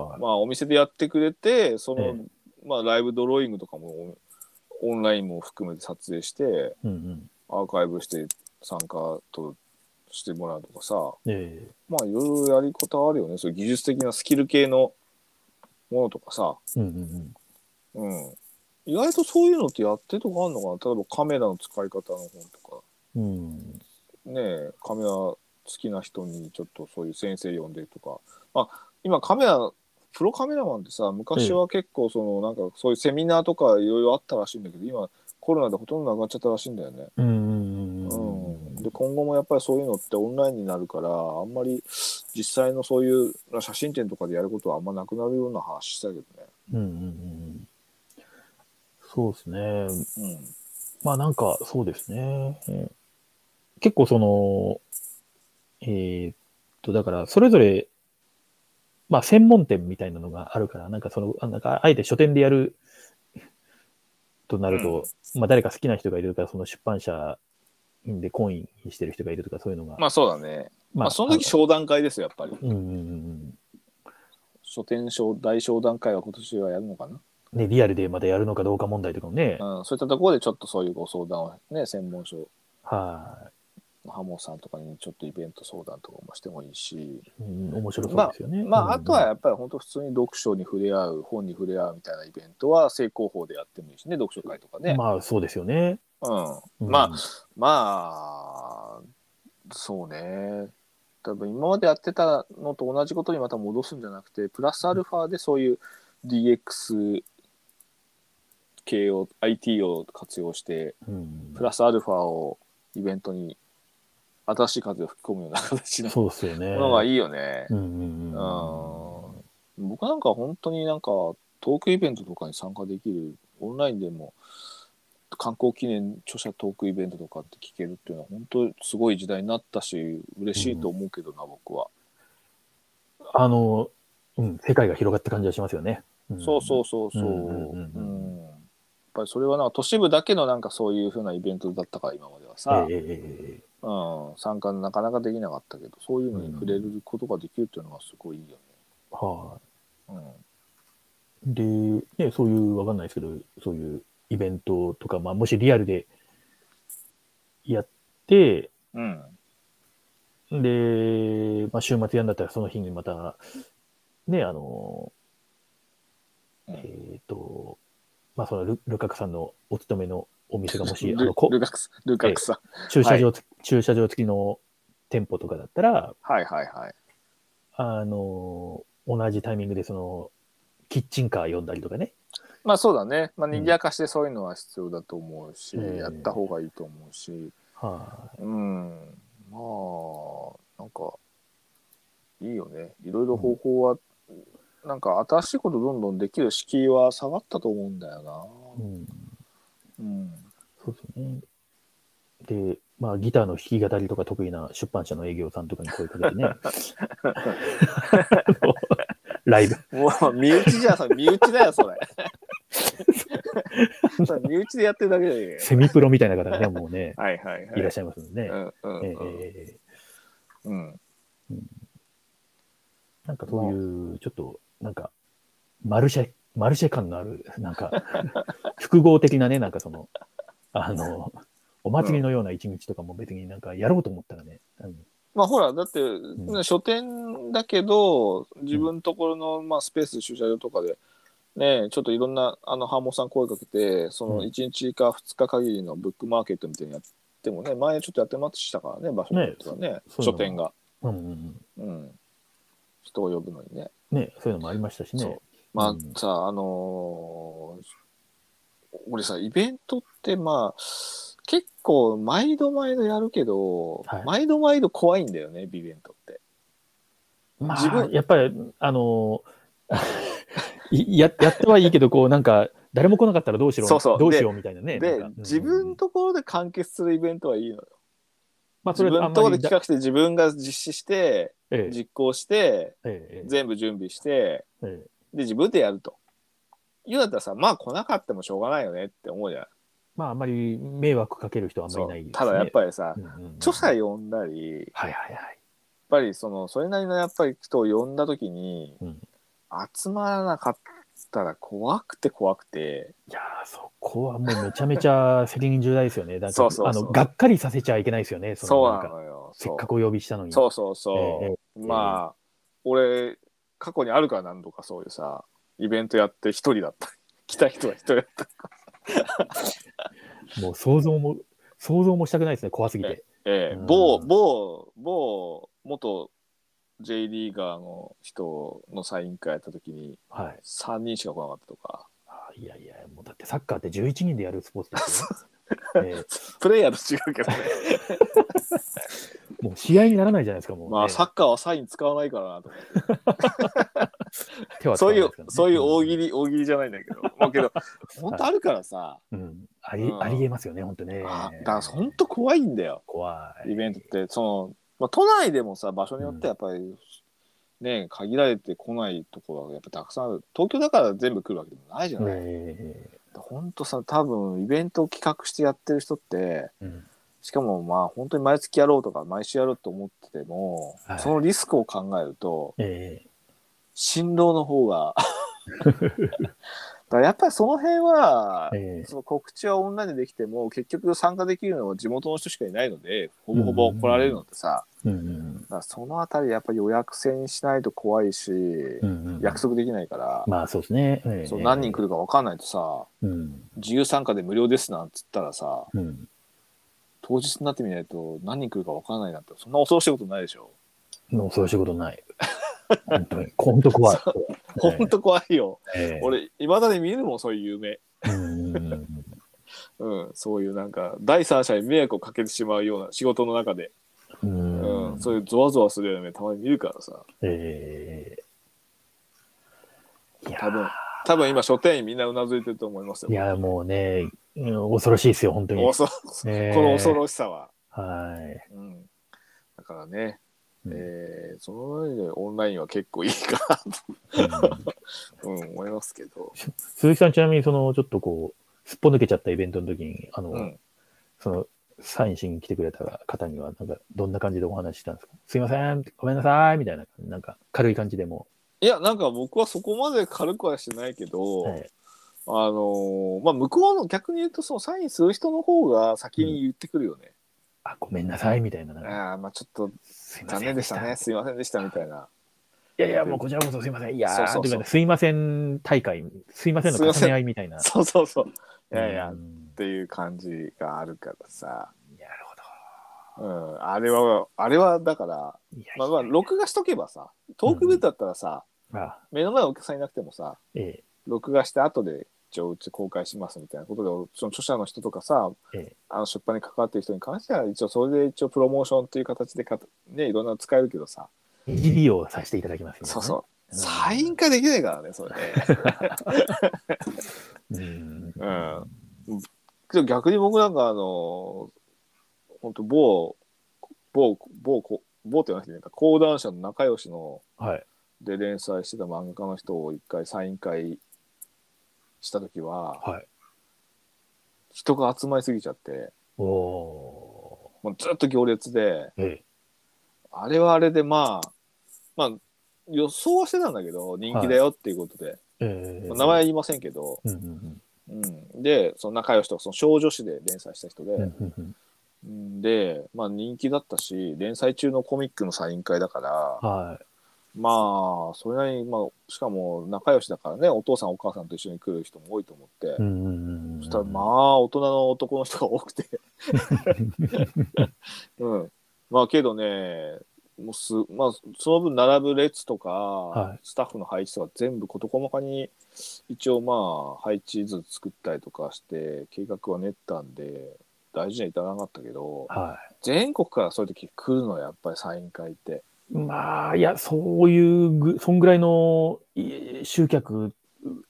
Speaker 2: いはい。
Speaker 1: まあお店でやってくれてその、
Speaker 2: え
Speaker 1: まあライブドローイングとかもオンラインも含めて撮影して
Speaker 2: うんうん。
Speaker 1: アーカイブして参加としてもらうとかさ
Speaker 2: え
Speaker 1: まあいろいろやり方あるよねそういう技術的なスキル系のものとかさ
Speaker 2: ーうんうんうん。
Speaker 1: うん意外とそういうのってやってるとこあるのかな例えばカメラの使い方の本とか
Speaker 2: うん、
Speaker 1: ねえカメラ好きな人にちょっとそういう先生呼んでとか、まあ、今カメラプロカメラマンってさ昔は結構その、なんかそういうセミナーとかいろいろあったらしいんだけど今コロナでほとんどなくなっちゃったらしいんだよね。
Speaker 2: うんうんうん
Speaker 1: う
Speaker 2: うん
Speaker 1: ん、で今後もやっぱりそういうのってオンラインになるからあんまり実際のそういう写真展とかでやることはあんまなくなるような話したけど
Speaker 2: うんうん。そうですね。
Speaker 1: ね。
Speaker 2: まあなんかそうですね。結構その、えーっと、だからそれぞれ、まあ専門店みたいなのがあるから、なんかその、あなんかあえて書店でやるとなると、まあ誰か好きな人がいるとか、その出版社で懇意にしてる人がいるとか、そういうのが。
Speaker 1: うん、まあそうだね。
Speaker 2: ま
Speaker 1: まあその時商談会ですよやっぱり。
Speaker 2: うんうんうん
Speaker 1: 書店商大商談会は今年はやるのかな。
Speaker 2: うん。ね、リアルでまたやるのかどうか問題とかもね。
Speaker 1: うん、そういったところでちょっとそういうご相談をね、専門書
Speaker 2: はい。
Speaker 1: まあハモさんとかにちょっとイベント相談とかもしてもいいし、
Speaker 2: うん、面白そうですよね。
Speaker 1: ま
Speaker 2: うん
Speaker 1: あ、あとは、やっぱり本当普通に読書に触れ合う、本に触れ合うみたいなイベントは正攻法でやってもいいしね、読書会とかね。
Speaker 2: まあそうですよね。
Speaker 1: う、
Speaker 2: うんん
Speaker 1: まあ、まあ、そうね。多分今までやってたのと同じことにまた戻すんじゃなくて、プラスアルファでそういう DX 系を、IT を活用して、
Speaker 2: うん
Speaker 1: プラスアルファをイベントに新しい風を吹き込むような形の
Speaker 2: そうですよね。
Speaker 1: ものがいいよね。
Speaker 2: うんうんうん
Speaker 1: うん僕なんか本当になんかトークイベントとかに参加できるオンラインでも観光記念著者トークイベントとかって聞けるっていうのは本当すごい時代になったし嬉しいと思うけどな、僕は、
Speaker 2: あの、うん、世界が広がった感じがしますよね。ん
Speaker 1: そうそうそうそう
Speaker 2: うんうん
Speaker 1: う
Speaker 2: うんうんん
Speaker 1: やっぱりそれはなんか都市部だけのなんかそういうふうなイベントだったから今まではさ、
Speaker 2: ええええええ
Speaker 1: うん、参加なかなかできなかったけどそういうのに触れることができるっていうのはすごいいいよね、
Speaker 2: は
Speaker 1: うん、
Speaker 2: い。で、ね、そういう、わかんないですけど、そういうイベントとか、まあ、もしリアルでやって、
Speaker 1: うん
Speaker 2: で、まあ、週末やんだったらその日にまた、ね、あの、
Speaker 1: うん
Speaker 2: えっ、と、まあ、そのルルカクさんのお勤めのお店がもし、
Speaker 1: ル
Speaker 2: あのこ
Speaker 1: ルカクスルカクさん、
Speaker 2: 駐車場つ、駐車場付きの店舗とかだったら、
Speaker 1: はいはいはい
Speaker 2: あの、同じタイミングでその、キッチンカー呼んだりとかね。
Speaker 1: まあそうだね。まあ、
Speaker 2: ん
Speaker 1: 賑やかしてそういうのは必要だと思うし、
Speaker 2: ええ
Speaker 1: やった方がいいと思うし、
Speaker 2: は
Speaker 1: うん。まあ、なんか、いいよね。いろいろ方法は、なんか新しいことどんどんできる敷居は下がったと思うんだよ
Speaker 2: い。うん。
Speaker 1: な。うん。
Speaker 2: そうですね。で、まあ、ギターの弾き語りとか得意な出版社の営業さんとかに声かけてね。あのライブ。
Speaker 1: もう、身内じゃん、 それ。身内だよ、それ。 それ身内でやってるだけでいいよ。
Speaker 2: セミプロみたいな方がね、もうね、
Speaker 1: はいはい はい。
Speaker 2: いらっしゃいますんでね。
Speaker 1: うんうん
Speaker 2: え
Speaker 1: うん
Speaker 2: え
Speaker 1: うん。
Speaker 2: なんかそういう、ちょっと、なんか、マルシェ、マルシェ感のある、なんか、 複合的なね、なんかその、あの、お祭りのような一日とかも別になんかやろうと思ったらね、うん
Speaker 1: まあほら、だって、
Speaker 2: ん
Speaker 1: 書店だけど、自分ところの、まあ、スペース、駐車場とかで、ね、ちょっといろんな、あの、ハーモンさん声かけて、その
Speaker 2: うん
Speaker 1: 1日か2日限りのブックマーケットみたいにやってもね、前ちょっとやってましたからね、場所とかね、
Speaker 2: そう
Speaker 1: 書店が、
Speaker 2: うんうん
Speaker 1: うん、人を呼ぶのにね。
Speaker 2: うん、ね、そういうのもありましたし
Speaker 1: そう
Speaker 2: ね。
Speaker 1: まあ
Speaker 2: うん
Speaker 1: さ、あのー俺さ、イベントってまあ、結構毎度毎度やるけど、
Speaker 2: はい
Speaker 1: 毎度毎度怖いんだよね、イベントって。
Speaker 2: まあ、
Speaker 1: 自分
Speaker 2: やっぱり、あの、 いややってはいいけど、こう、なんか、誰も来なかったらどうしろ、
Speaker 1: そうそう
Speaker 2: どうしようみたいなね。
Speaker 1: で
Speaker 2: なんか、
Speaker 1: 自
Speaker 2: うんうんうん
Speaker 1: 分ところで完結するイベントはいいのよ。
Speaker 2: まあ、
Speaker 1: 自
Speaker 2: それ
Speaker 1: 分
Speaker 2: はあ
Speaker 1: の
Speaker 2: ん
Speaker 1: とこ
Speaker 2: ま
Speaker 1: ろ
Speaker 2: り
Speaker 1: で企
Speaker 2: だ、
Speaker 1: 画して、自分が実施して、
Speaker 2: ええ
Speaker 1: 実行して、
Speaker 2: ええ
Speaker 1: 全部準備して、
Speaker 2: ええ
Speaker 1: で、自分でやると。言うだったらさ、まあ来なかったもしょうがないよねって思うじゃん。
Speaker 2: まあ、あんまり迷惑かける人はあんま
Speaker 1: そ
Speaker 2: り
Speaker 1: う
Speaker 2: いないですね。
Speaker 1: ただやっぱりさ、
Speaker 2: うんうんうん、
Speaker 1: 著者呼んだり、やっ
Speaker 2: はいはいはい。
Speaker 1: ぱりその、それなりのやっぱり人を呼んだ時に、
Speaker 2: うん
Speaker 1: 集まらなかったら怖くて怖くて、
Speaker 2: いやーそこはもうめちゃめちゃ責任重大ですよね。だから
Speaker 1: そうそうそう
Speaker 2: あのがっかりさせちゃいけないですよね。
Speaker 1: そ
Speaker 2: の
Speaker 1: う
Speaker 2: なん
Speaker 1: な
Speaker 2: か
Speaker 1: のよ。
Speaker 2: せ
Speaker 1: そ
Speaker 2: っ
Speaker 1: う
Speaker 2: かくお呼びしたのに。
Speaker 1: そうそうそう。
Speaker 2: ええ
Speaker 1: まあ、俺、過去にあるから何度かそういうさ、イベントやって一人だった。 来た人は一人だった。
Speaker 2: もう想像も、想像もしたくないですね、怖すぎて。
Speaker 1: ええ
Speaker 2: うん
Speaker 1: 某、某、某、元 J リーガーの人のサイン会やった時に、
Speaker 2: はい。
Speaker 1: 3人しか来なかったとか、
Speaker 2: あーいやいや、もうだってサッカーって11人でやるスポーツですよ、え
Speaker 1: プレイヤーと違うけ どね。
Speaker 2: ーもう試合にならないじゃないですか、もう、
Speaker 1: まあ、サッカーはサイン使わないからなと思って。
Speaker 2: 手は使
Speaker 1: そう
Speaker 2: わないいうですから、ね
Speaker 1: そういう大喜利、大喜利じゃないんだけど。まあけ ど、本当あるからさ、
Speaker 2: うんうんあり、
Speaker 1: うん
Speaker 2: ありえますよね、本当ね。
Speaker 1: あだから本当怖いんだよ。
Speaker 2: 怖い。
Speaker 1: イベントってその、まあ、都内でもさ場所によってやっぱり、ね限られてこないところがやっぱたくさんある東京だから全部来るわけでもないじゃない、
Speaker 2: え
Speaker 1: ほんとさ多分イベントを企画してやってる人って
Speaker 2: ーうん
Speaker 1: しかもまあ本当に毎月やろうとか毎週やろうと思ってても、
Speaker 2: はい
Speaker 1: そのリスクを考えると
Speaker 2: え
Speaker 1: 新郎の方がからやっぱりその辺は、
Speaker 2: ええ
Speaker 1: その告知はオンラインでできても、結局参加できるのは地元の人しかいないので、ほぼほぼ来られるのってさ、
Speaker 2: うんうん
Speaker 1: だからそのあたりやっぱり予約制にしないと怖いし、
Speaker 2: うんうん
Speaker 1: 約束できないから、
Speaker 2: まあそうですね。ええ
Speaker 1: そう何人来るか分かんないとさ、
Speaker 2: うん
Speaker 1: 自由参加で無料ですなんつったらさ、
Speaker 2: うん
Speaker 1: 当日になってみないと何人来るか分からないなんて、そんな恐ろしいことないでしょ。
Speaker 2: もうそういう仕事ない。本当に。本当怖い。
Speaker 1: ほんと怖いよ。
Speaker 2: ええ、
Speaker 1: 俺、いまだに見えるもん、そういう夢。
Speaker 2: うんうんうん
Speaker 1: うん、そういうなんか、第三者に迷惑をかけてしまうような仕事の中で、
Speaker 2: う
Speaker 1: うん
Speaker 2: ん
Speaker 1: そういうゾワゾワするような夢たまに見るからさ、
Speaker 2: ええいや
Speaker 1: 多分、多分今書店員みんなうなずいてると思いますよ。
Speaker 2: いやもうね、うん恐ろしいですよ、本当に。
Speaker 1: 恐ろ
Speaker 2: ええ
Speaker 1: この恐ろしさは。
Speaker 2: はい。
Speaker 1: うん、だからね、
Speaker 2: うん
Speaker 1: えーその上でオンラインは結構いいかな
Speaker 2: うん
Speaker 1: と、 うん、思いますけど。
Speaker 2: 鈴木さん、ちなみに、その、ちょっとこう、すっぽ抜けちゃったイベントの時に、あの、
Speaker 1: うん、
Speaker 2: その、サインしに来てくれた方には、なんか、どんな感じでお話ししたんですかすいません、ごめんなさい、みたいな、なんか、軽い感じでも
Speaker 1: いや、なんか僕はそこまで軽くはしてないけど、
Speaker 2: う、はい
Speaker 1: あのーまあ、向こうの逆に言うと、そのサインする人の方が先に言ってくるよね。
Speaker 2: あ、ごめんなさい、みたいな、なんか、
Speaker 1: ああ、まあちょっと
Speaker 2: すいませ
Speaker 1: 残
Speaker 2: ん。
Speaker 1: 念でしたね、。すいませんでしたみたいな。
Speaker 2: いやいや、もうこちらこそすいません。いやー
Speaker 1: そうそうそう
Speaker 2: というかねすいません大会、すいませんの重ね合いみたいな。
Speaker 1: そうそうそう。いやいや、
Speaker 2: う
Speaker 1: っ
Speaker 2: ん
Speaker 1: ていう感じがあるからさ。
Speaker 2: なるほど。
Speaker 1: うん、あれは、あれはだから、
Speaker 2: いやい
Speaker 1: ま
Speaker 2: や
Speaker 1: あまあ、録画しとけばさ、トークベースだったらさ、
Speaker 2: あ、
Speaker 1: 目の前お客さんいなくてもさ、
Speaker 2: え
Speaker 1: 録画して後で、一応うち公開しますみたいなことで、その著者の人とかさ、
Speaker 2: ええ
Speaker 1: あの出版に関わってる人に関しては、一応それで一応プロモーションっていう形でか、ね、いろんなの使えるけどさ、
Speaker 2: え。いじりをさせていただきますよね。
Speaker 1: そうそう、
Speaker 2: うん
Speaker 1: サイン化できないからね、それね。
Speaker 2: う。ん。
Speaker 1: うん。けど逆に僕なんかあの、本当某、某、某、某某って言わなくていいのか、講談社の仲良しの、
Speaker 2: はい。
Speaker 1: で連載してた漫画家の人を一回サイン会した時は
Speaker 2: はい。
Speaker 1: 人が集まりすぎちゃって
Speaker 2: おお
Speaker 1: もうずっと行列で
Speaker 2: ー。え
Speaker 1: あれはあれでまあまあ予想はしてたんだけど人気だよっていうことで、
Speaker 2: え。ええ
Speaker 1: まあ名前は言いませんけど、
Speaker 2: うんうん
Speaker 1: うん、でその仲良しとその少女誌で連載した人で、
Speaker 2: うんうんう
Speaker 1: う
Speaker 2: ん
Speaker 1: んでまあ人気だったし連載中のコミックのサイン会だから、
Speaker 2: うん。はい。
Speaker 1: まあそれなりに、まあ、しかも仲良しだからねお父さんお母さんと一緒に来る人も多いと思って、
Speaker 2: うんうんうん。
Speaker 1: そしたらまあ大人の男の人が多く てうんまあけどねもうすまあその分並ぶ列とか、
Speaker 2: い
Speaker 1: スタッフの配置とか全部事細かに一応まあ配置図作ったりとかして計画は練ったんで大事には至らなかったけど
Speaker 2: は
Speaker 1: 全国からそういう時来るのはやっぱりサイン会って
Speaker 2: い。まあ、いや、そういうぐ、そんぐらいのい集客、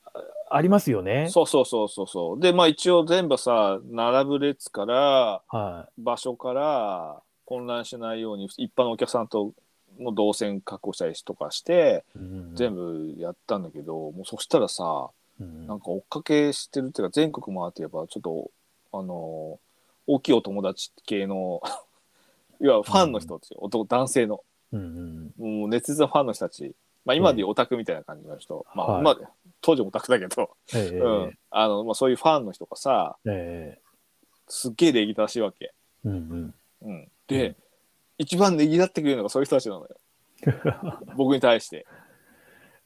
Speaker 2: あありますよね。
Speaker 1: そうそうそうそうそうでまあ一応全部さ並ぶ列から
Speaker 2: は
Speaker 1: 場所から混乱しないように一般のお客さんとの動線確保したりとかして
Speaker 2: い。うん
Speaker 1: 全部やったんだけど、もうそしたらさ
Speaker 2: うん
Speaker 1: なんか追っかけしてるっていうか全国回ってやっぱちょっとあの大きいお友達系の いわゆるファンの人たち、男男性の
Speaker 2: うんうん
Speaker 1: もう熱烈なファンの人たち、まあ、今でいうオタクみたいな感じの人、まあ
Speaker 2: はい
Speaker 1: まあ当時オタクだけど、
Speaker 2: ええ
Speaker 1: うんあのまあ、そういうファンの人がさ
Speaker 2: え
Speaker 1: すっげえ礼儀正しいわけ。
Speaker 2: えうんうん。
Speaker 1: うん、で、一番ねぎらってくれるのがそういう人たちな のよ僕に対して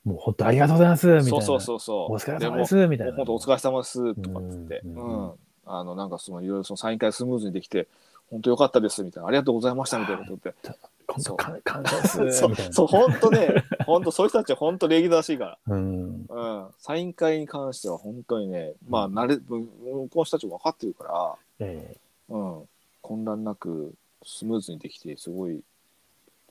Speaker 2: もう本当ありがとうございます、みたいな。
Speaker 1: そうそうそうそう
Speaker 2: お疲れ
Speaker 1: で
Speaker 2: 様
Speaker 1: も
Speaker 2: です、みたい
Speaker 1: もう
Speaker 2: な。
Speaker 1: 本当お疲れ様ですとかっつって
Speaker 2: う
Speaker 1: うんん、
Speaker 2: うん
Speaker 1: あのなんかそのいろいろそのサイン会スムーズにできて本当良かったですみたいなありがとうございましたみたいなこと言って
Speaker 2: 本
Speaker 1: そ
Speaker 2: 当
Speaker 1: う
Speaker 2: 感感謝です、
Speaker 1: そ
Speaker 2: み
Speaker 1: う
Speaker 2: たいな。
Speaker 1: そう本当ね本当そういう人たちは本当礼儀正しいか
Speaker 2: うん。
Speaker 1: ら、うん、サイン会に関しては本当にねまあ慣れ向こうの人たちも分かってるか
Speaker 2: え
Speaker 1: ら、うん、混乱なくスムーズにできてすごい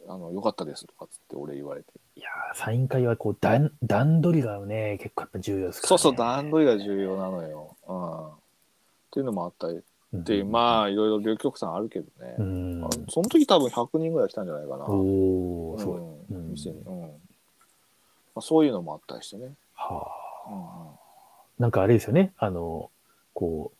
Speaker 1: あの良かったですとかっつって俺言われて。
Speaker 2: えいやーサイン会はこう段段取りがね、結構やっぱ重要ですから、ね。
Speaker 1: そうそう、段取りが重要なのよ。うん。っていうのもあったり、
Speaker 2: っ
Speaker 1: で、まあ、いろいろ両極端あるけどね
Speaker 2: あう。ん。
Speaker 1: あその時多分100人ぐらい来たんじゃないかな。
Speaker 2: お
Speaker 1: う
Speaker 2: お、すごい。
Speaker 1: ん
Speaker 2: うん
Speaker 1: 店に。うん。まあ、そういうのもあったりしてね。
Speaker 2: はあ。
Speaker 1: うんうん
Speaker 2: なんかあれですよね。あの、こ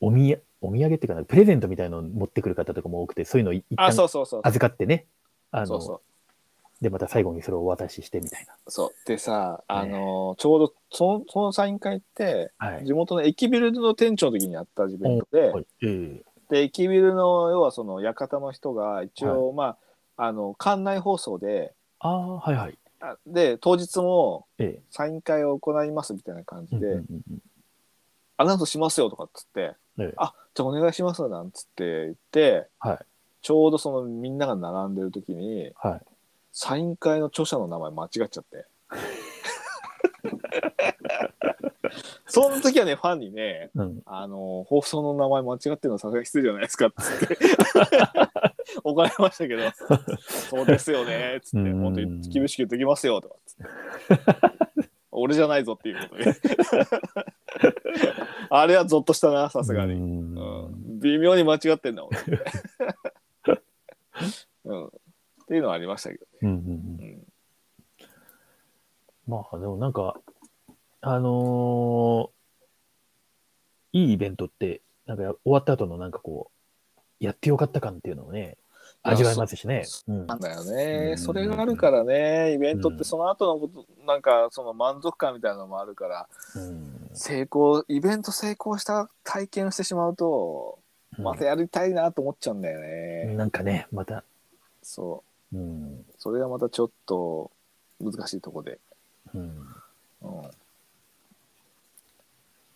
Speaker 2: う、おみや、お土産っていうかな、プレゼントみたいのを持ってくる方とかも多くて、そういうのい一
Speaker 1: あ、そ
Speaker 2: 旦
Speaker 1: うそうそう。
Speaker 2: 預かってね。あの、
Speaker 1: そうそ
Speaker 2: で、また最後にそれをお渡ししてみたい
Speaker 1: そうでさあの、ちょうどそのそのサイン会って
Speaker 2: な。はい。
Speaker 1: 地元の駅ビルの店長の時にやったイベントで、
Speaker 2: はい、ええ
Speaker 1: で駅ビルの要はその館の人が一応、まああの館内放送で
Speaker 2: ああ、はいはい。
Speaker 1: あで当日も
Speaker 2: ええ
Speaker 1: サイン会を行いますみたいな感じで、
Speaker 2: うんうんうん
Speaker 1: アナウンスしますよとかっつって
Speaker 2: うんええ
Speaker 1: あじゃあお願いしますなんつって言って
Speaker 2: はい。
Speaker 1: ちょうどそのみんなが並んでる時に
Speaker 2: はい。
Speaker 1: サイン会の著者の名前間違っちゃ って。その時はねファンにね
Speaker 2: うん。
Speaker 1: あの放送の名前間違ってるのはさすがに失礼じゃないですかっつって 怒られましたけど「そうですよね」っつって
Speaker 2: う
Speaker 1: 「
Speaker 2: ん
Speaker 1: 本当に厳しく言ってきますよ」とかっつって「俺じゃないぞ」っていうこと であれはゾッとしたなさすがに、
Speaker 2: うん
Speaker 1: うん微妙に間違ってんだもん、うん、っていうのはありましたけど
Speaker 2: うんうんうんまあでもなんか、あのーいいイベントって、なんかや終わった後のなんかこう、やってよかった感っていうのをね、
Speaker 1: いや
Speaker 2: 味わえますしね。うん
Speaker 1: なんだよね、
Speaker 2: うん
Speaker 1: それがあるからねイベントってその後のこと、なんかその満足感みたいなのもあるから
Speaker 2: うん
Speaker 1: 成功イベント成功した体験をしてしまうとまたやりたいなと思っちゃうんだよね、
Speaker 2: なんかね、また、
Speaker 1: そ
Speaker 2: うん
Speaker 1: う、それはまたちょっと難しいとこで、
Speaker 2: うん
Speaker 1: うん、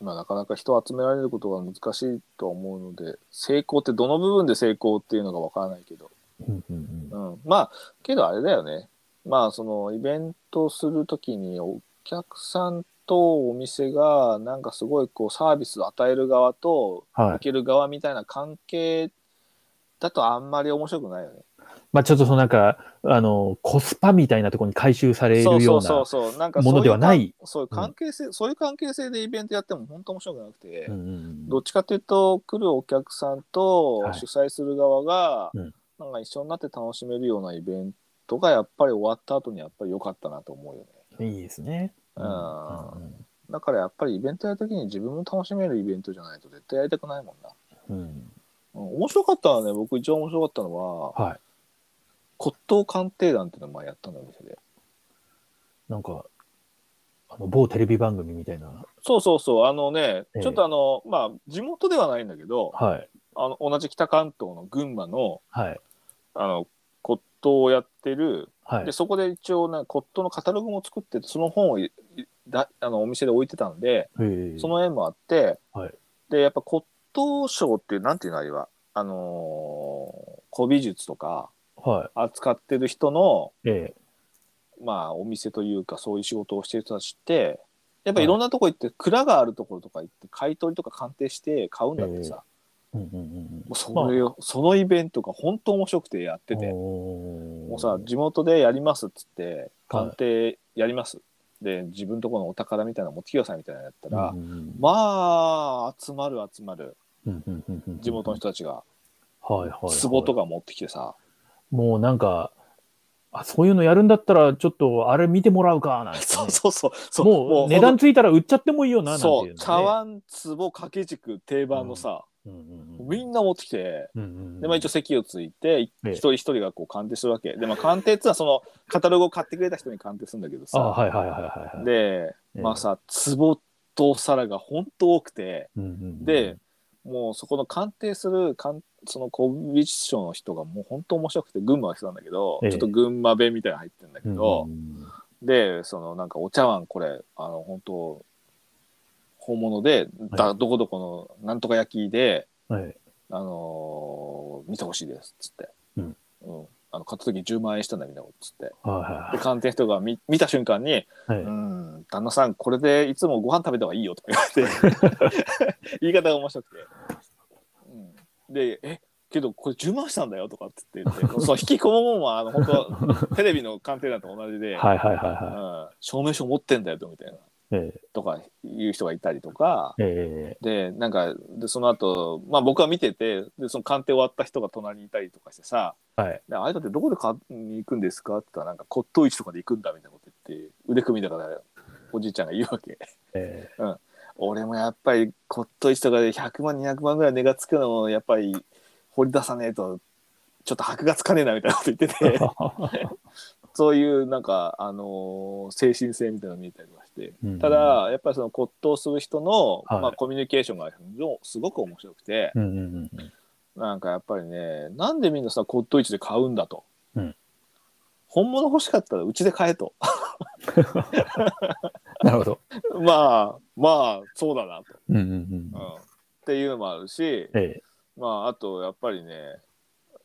Speaker 1: まあなかなか人を集められることが難しいとは思うので成功ってどの部分で成功っていうのかわからないけど、
Speaker 2: うんうん
Speaker 1: うん、まあけどあれだよねまあそのイベントするときにお客さんとお店がなんかすごいこうサービスを与える側と
Speaker 2: は
Speaker 1: 受
Speaker 2: い。
Speaker 1: ける側みたいな関係だとあんまり面白くないよね。
Speaker 2: まあちょっとそのなんか、あの、コスパみたいなところに回収される
Speaker 1: そうそ
Speaker 2: よう
Speaker 1: うそう
Speaker 2: な。
Speaker 1: そう。なんか
Speaker 2: ものではない
Speaker 1: そういうか。そういう関係性、そういう関係性でイベントやっても本当面白くなくて、
Speaker 2: うんうん
Speaker 1: どっちかというと来るお客さんと
Speaker 2: はい
Speaker 1: 主催する側が、
Speaker 2: うん
Speaker 1: なんか一緒になって楽しめるようなイベントがやっぱり終わった後にやっぱり良かったなと思うよね。
Speaker 2: うんいいですね。
Speaker 1: うん
Speaker 2: うん
Speaker 1: だからやっぱりイベントやるときに自分も楽しめるイベントじゃないと絶対やりたくないもんな。
Speaker 2: うんうん
Speaker 1: うん、面白かったのはね、僕一番面白かったのは、
Speaker 2: はい。
Speaker 1: 骨董鑑定団っていうのを前やったんだよ、お店で。
Speaker 2: なんか、あの某テレビ番組みたいな。
Speaker 1: そうそうそう、あのね、
Speaker 2: ええ
Speaker 1: ちょっとあの、まあ、地元ではないんだけど、
Speaker 2: はい。
Speaker 1: あの同じ北関東の群馬の
Speaker 2: はい。
Speaker 1: あの骨董をやってる、
Speaker 2: はい
Speaker 1: で。そこで一応、ね、骨董のカタログも作ってて、その本をいいだあのお店で置いてたんで、
Speaker 2: へえ
Speaker 1: その絵もあって、
Speaker 2: はい
Speaker 1: でやっぱ骨董賞っていう、なんていうのあれは、あのー古美術とか
Speaker 2: は
Speaker 1: 扱ってる人の、
Speaker 2: い。ええ
Speaker 1: まあ、お店というか、そういう仕事をしてる人たちって、やっぱいろんなとこ行って、蔵があるところとか行って、買い取りとか鑑定して買うんだってさ、
Speaker 2: うんうんうん
Speaker 1: もうそれを、そのイベントが本当面白くてやって
Speaker 2: うん。
Speaker 1: て、
Speaker 2: も
Speaker 1: もうさ、地元でやりますっつって、鑑定やります。で、自分とこのお宝みたいなの持ってきてくださいみたいなのやったら、まあ、集まる集まる、地元の人たちが、
Speaker 2: 人、はいはいはい、
Speaker 1: 壺とか持ってきてさ、
Speaker 2: もうなんか、あ、そういうのやるんだったら、ちょっとあれ見てもらうかなんてね、
Speaker 1: そうそうそう、そう
Speaker 2: もう値段ついたら売っちゃってもいいよな、なんていうの
Speaker 1: そ
Speaker 2: ね、
Speaker 1: う、茶碗壺掛け軸定番のさ、
Speaker 2: うんうんうん。
Speaker 1: みんな持ってきて、
Speaker 2: うんうんうん、
Speaker 1: でまあ、一応席をついて、い
Speaker 2: ええ
Speaker 1: 一人一人がこう鑑定するわけ。で、まあ、鑑定っていうのはそのカタログを買ってくれた人に鑑定するんだけど
Speaker 2: あ、
Speaker 1: さ。
Speaker 2: はいはいはいはいはい。
Speaker 1: で、
Speaker 2: ええ
Speaker 1: まあさ、壺とお皿が本当多くて、
Speaker 2: うんうんうん、
Speaker 1: で、もうそこの鑑定する鑑その古美術商の人がもう本当面白くて、群馬が来たんだけど、
Speaker 2: ええ
Speaker 1: ちょっと群馬弁みたいなの入ってるんだけ
Speaker 2: うんうん
Speaker 1: ど、
Speaker 2: うん、
Speaker 1: で、そのなんかお茶碗これ、あの本当、本物で、だどこどこのなんとか焼きで、
Speaker 2: はい。
Speaker 1: あのー見てほしいです、つって。
Speaker 2: うん。
Speaker 1: うん。あの、買った時10万円したんだ、みんなも、つって。
Speaker 2: は
Speaker 1: で、鑑定の人が見見た瞬間に、
Speaker 2: いは
Speaker 1: う
Speaker 2: いはい。
Speaker 1: ん、旦那さん、これでいつもご飯食べた方がいいよ、とか言われ て。言い方が面白くて。うん。で、え、けどこれ10万したんだよ、とかって言 ってて、そう、引きこももも、あの、本当テレビの鑑定団と同じで、
Speaker 2: はいはいはいはいは
Speaker 1: うん、証明書持ってんだよ、みたいな。
Speaker 2: い。え
Speaker 1: とか、いう人がいたりとか、
Speaker 2: ええ
Speaker 1: でなんかでその後、まあ僕は見ててでその鑑定終わった人が隣にいたりとかしてさ
Speaker 2: えはい。
Speaker 1: 「でああいうのってどこで買いに行くんですか?」って言ったらなんか骨董市とかで行くんだみたいなこと言って腕組みだからおじいちゃんが言うわけ
Speaker 2: え
Speaker 1: 俺もやっぱり骨董市とかで100万200万ぐらい値がつくのをやっぱり 掘り出さねえとちょっと箔がつかねえなみたいなこと言って
Speaker 2: え。
Speaker 1: てそういうなんか、あのー精神性みたいなのが見えたりはして
Speaker 2: うん
Speaker 1: ただやっぱりその骨董する人の、
Speaker 2: はい
Speaker 1: まあ、コミュニケーションがすごく面白くて、
Speaker 2: うんうんうん
Speaker 1: なんかやっぱりねなんでみんなさ骨董市で買うんだと、
Speaker 2: うん
Speaker 1: 本物欲しかったらうちで買えと
Speaker 2: なるほど。
Speaker 1: まあまあそうだなと、
Speaker 2: うんうんうん
Speaker 1: うん、っていうのもあるし、
Speaker 2: ええ
Speaker 1: まああとやっぱりね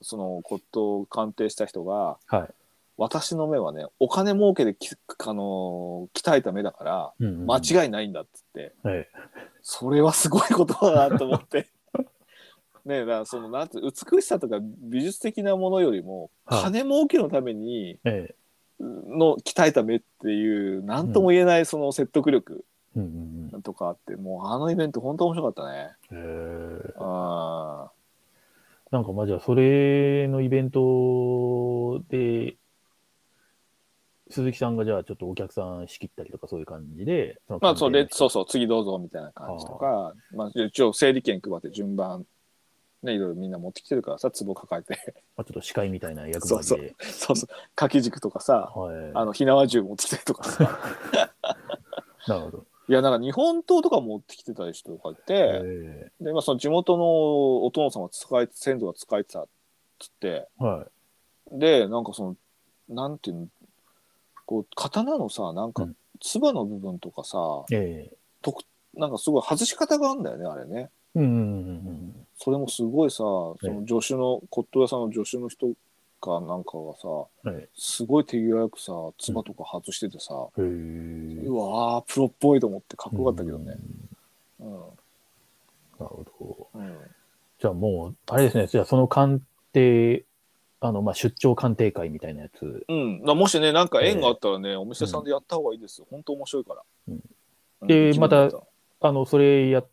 Speaker 1: その骨董を鑑定した人が
Speaker 2: はい。
Speaker 1: 私の目はねお金儲けできあのー鍛えた目だから
Speaker 2: うんうんうん
Speaker 1: 間違いないんだっつって、
Speaker 2: え
Speaker 1: それはすごいことだなと思って。 ねえだからそのなんて美しさとか美術的なものよりも
Speaker 2: はい
Speaker 1: 金儲けのために
Speaker 2: えええ
Speaker 1: の鍛えた目っていう何とも言えないその説得力
Speaker 2: うんうん
Speaker 1: とかあってもうあのイベント本当面白かったね。
Speaker 2: うんええ
Speaker 1: あ
Speaker 2: なんかまあじゃあそれのイベントで、鈴木さんがじゃあちょっとお客さん仕切ったりとかそういう感じで、その
Speaker 1: まあそうレ
Speaker 2: 関係
Speaker 1: そ
Speaker 2: の
Speaker 1: うそう次どうぞみたいな感じとかまあ、一応整理券配って順番ねいろいろみんな持ってきてるからさ壺抱えて
Speaker 2: まあ、ちょっと司会みたいな役割
Speaker 1: そう
Speaker 2: で。
Speaker 1: そうそうそう掛け軸とかさ
Speaker 2: はい。
Speaker 1: あの火縄銃持ってきたりとか さ。
Speaker 2: なるほど。
Speaker 1: いやなんか日本刀とか持ってきてたり人とかいて、
Speaker 2: え
Speaker 1: でまあ、その地元のお殿様使え先祖が使えてたっつって
Speaker 2: えはい。
Speaker 1: でなんかそのなんていうのこう刀のさなんか
Speaker 2: うん
Speaker 1: つばの部分とかさ、
Speaker 2: ええ
Speaker 1: なんかすごい外し方があるんだよねあれね。
Speaker 2: うんうんうんうん。
Speaker 1: それもすごいさその助手の骨董屋さんの助手の人かなんかがさ
Speaker 2: はい。
Speaker 1: すごい手際よくさつばとか外しててさ、
Speaker 2: へえ
Speaker 1: うわープロっぽいと思ってかっこよかったけどね。うん
Speaker 2: なるほど。
Speaker 1: うん
Speaker 2: じゃあもう、あれですね、じゃあその鑑定、あの、まあ、出張鑑定会みたいなやつ、
Speaker 1: うん、だからもしね、なんか縁があったらね、お店さんでやった方がいいですよ。本当面白いから。
Speaker 2: うん
Speaker 1: うん
Speaker 2: で
Speaker 1: 気に
Speaker 2: ま
Speaker 1: な
Speaker 2: た
Speaker 1: った
Speaker 2: あの、それやっ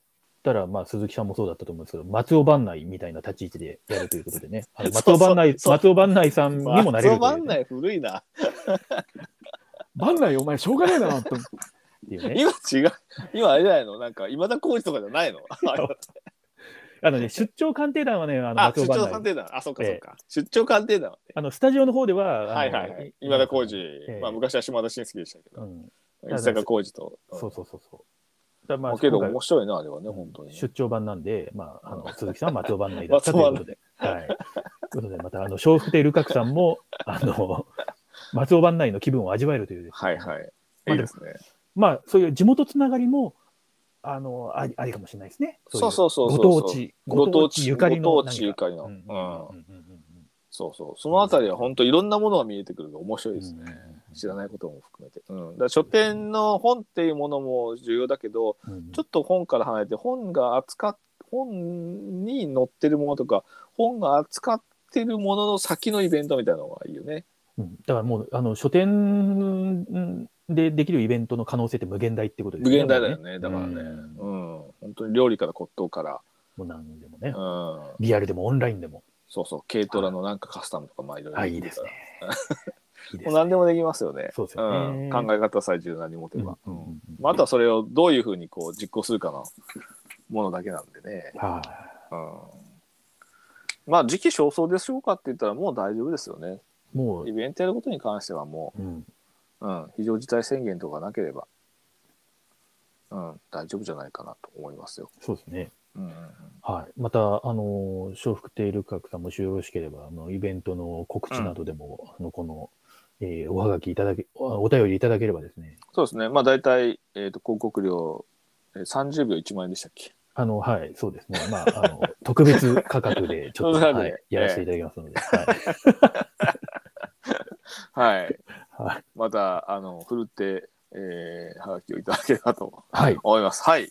Speaker 2: たら、まあ、鈴木さんもそうだったと思うんですけど、松尾番内みたいな立ち位置でやるということで ね、あの松尾番内、
Speaker 1: そう
Speaker 2: 松尾番内さんにもなれ
Speaker 1: 松尾
Speaker 2: るとい
Speaker 1: 万
Speaker 2: う、
Speaker 1: 内古いな。
Speaker 2: 番内、お前、しょうがねえな、と。っていうね。
Speaker 1: 今違う。今あれじゃないのなんか、今田耕司とかじゃない の
Speaker 2: あのね、出張鑑定団はね、あの、
Speaker 1: あ、
Speaker 2: 松尾
Speaker 1: 出張
Speaker 2: 番
Speaker 1: 鑑
Speaker 2: 内。
Speaker 1: 定団。あ、そっか
Speaker 2: ええ
Speaker 1: そっか。出張鑑定団。
Speaker 2: あの、スタジオの方では、あの
Speaker 1: はいはいはい。今田耕司。
Speaker 2: え
Speaker 1: まあ、昔は島田紳介でしたけ
Speaker 2: う
Speaker 1: ど、
Speaker 2: ん。
Speaker 1: 伊坂耕司と。うん
Speaker 2: そうそうそうそう。だからまあ、
Speaker 1: けど
Speaker 2: 今回
Speaker 1: 面白いな、あれはね、本当に。
Speaker 2: 出張版なんで、まあ、あの鈴木さんは松尾版内だっ
Speaker 1: 松
Speaker 2: た
Speaker 1: 尾
Speaker 2: という
Speaker 1: 番
Speaker 2: こ
Speaker 1: 内
Speaker 2: とで。はい。ということで、また、あの、笑福亭ルカクさんも、あの、松尾版内の気分を味わえるというですね、
Speaker 1: はいはい。
Speaker 2: まあ
Speaker 1: いいですね。
Speaker 2: まあ、そういう地元つながりも、あの、ありありかもしれないですね。
Speaker 1: そうそうそうそう
Speaker 2: ご当地、
Speaker 1: ご当地
Speaker 2: ゆかりの
Speaker 1: ご
Speaker 2: 何か。
Speaker 1: 当地ゆかりの。
Speaker 2: うん
Speaker 1: うん。
Speaker 2: うんうんうん
Speaker 1: そうそう。そのあたりは本当いろんなものが見えてくるの面白いですね。
Speaker 2: うん
Speaker 1: 知らないことも含めて、うん、だから書店の本っていうものも重要だけど
Speaker 2: うんうん
Speaker 1: ちょっと本から離れて本が扱っ本に載ってるものとか本が扱ってるものの先のイベントみたいなのがいいよね。
Speaker 2: うんだからもう、あの、書店でできるイベントの可能性って無限大ってことです
Speaker 1: 無限大だよねだからね、う
Speaker 2: う
Speaker 1: ん
Speaker 2: ん
Speaker 1: 本当に料理から骨董から、
Speaker 2: もう何でもね
Speaker 1: うん、、
Speaker 2: リアルでもオンラインでも。
Speaker 1: そうそう軽トラのなんかカスタムとかまあいろいろ
Speaker 2: あ、
Speaker 1: で
Speaker 2: いい
Speaker 1: き
Speaker 2: で
Speaker 1: る
Speaker 2: す
Speaker 1: か
Speaker 2: ね
Speaker 1: ら。
Speaker 2: いいで
Speaker 1: もう
Speaker 2: すね。
Speaker 1: 何でもできますよね。
Speaker 2: そうですよね
Speaker 1: ん、考え方さえ柔軟に持てば、
Speaker 2: うんうんうん
Speaker 1: まあ、あとはそれをどういうふうにこう実行するかのものだけなんでね。
Speaker 2: はい、
Speaker 1: うんまあ時期尚早でしょうかって言ったらもう大丈夫ですよね。
Speaker 2: もう
Speaker 1: イ、ベントやることに関してはも
Speaker 2: うん、
Speaker 1: う、うん、非常事態宣言とかなければ、うん、大丈夫じゃないかなと思いますよ。
Speaker 2: そうですね。
Speaker 1: うんうん
Speaker 2: はい。また、あのー、笑福亭ルカクさんもしよろしければ、あの、イベントの告知などでも、あの、この、えーおはがきいただけ、おお便りいただければですね、
Speaker 1: そうですね、まあ大体、えー、と広告料、えー、30秒1万円でしたっけ
Speaker 2: あの、はい、そうですね。まあ、あの、特別価格で、ちょっ
Speaker 1: そうな
Speaker 2: と、
Speaker 1: んで
Speaker 2: はい、やらせていただきますので、はい
Speaker 1: はい。
Speaker 2: はい。
Speaker 1: また、あの、ふるって、えー、はがきをいただければと
Speaker 2: はい。
Speaker 1: 思います。はい。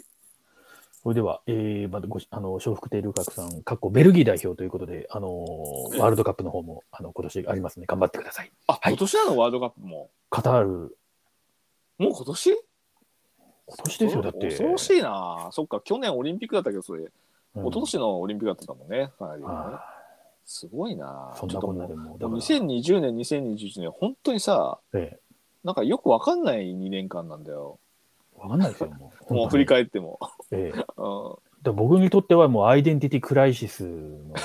Speaker 2: それでは、えー、またごし、あの、笑福亭ルカクさん、かっこベルギー代表ということで、あのー、ワールドカップの方も、あの、今年ありますので、頑張ってください。
Speaker 1: あ、
Speaker 2: はい
Speaker 1: 今年なのワールドカップも。
Speaker 2: カタール、
Speaker 1: もう今年
Speaker 2: 今年ですよ、だって。
Speaker 1: 恐ろしいな。そっか、去年オリンピックだったけど、それ。
Speaker 2: うん
Speaker 1: 一昨年のオリンピックだったかもね、かなりね
Speaker 2: は
Speaker 1: すごいな。
Speaker 2: い
Speaker 1: ち
Speaker 2: そ
Speaker 1: ょ
Speaker 2: ん
Speaker 1: っ
Speaker 2: な
Speaker 1: とも
Speaker 2: こんな
Speaker 1: う
Speaker 2: でも、だから
Speaker 1: 2020年、2021年、本当にさ、
Speaker 2: ええ
Speaker 1: なんかよくわかんない2年間なんだよ。
Speaker 2: わかんないですよ、もう。
Speaker 1: もう振り
Speaker 2: 返
Speaker 1: 返っても。
Speaker 2: ええだか
Speaker 1: う
Speaker 2: ら僕にとってはもうアイデンティティクライシスの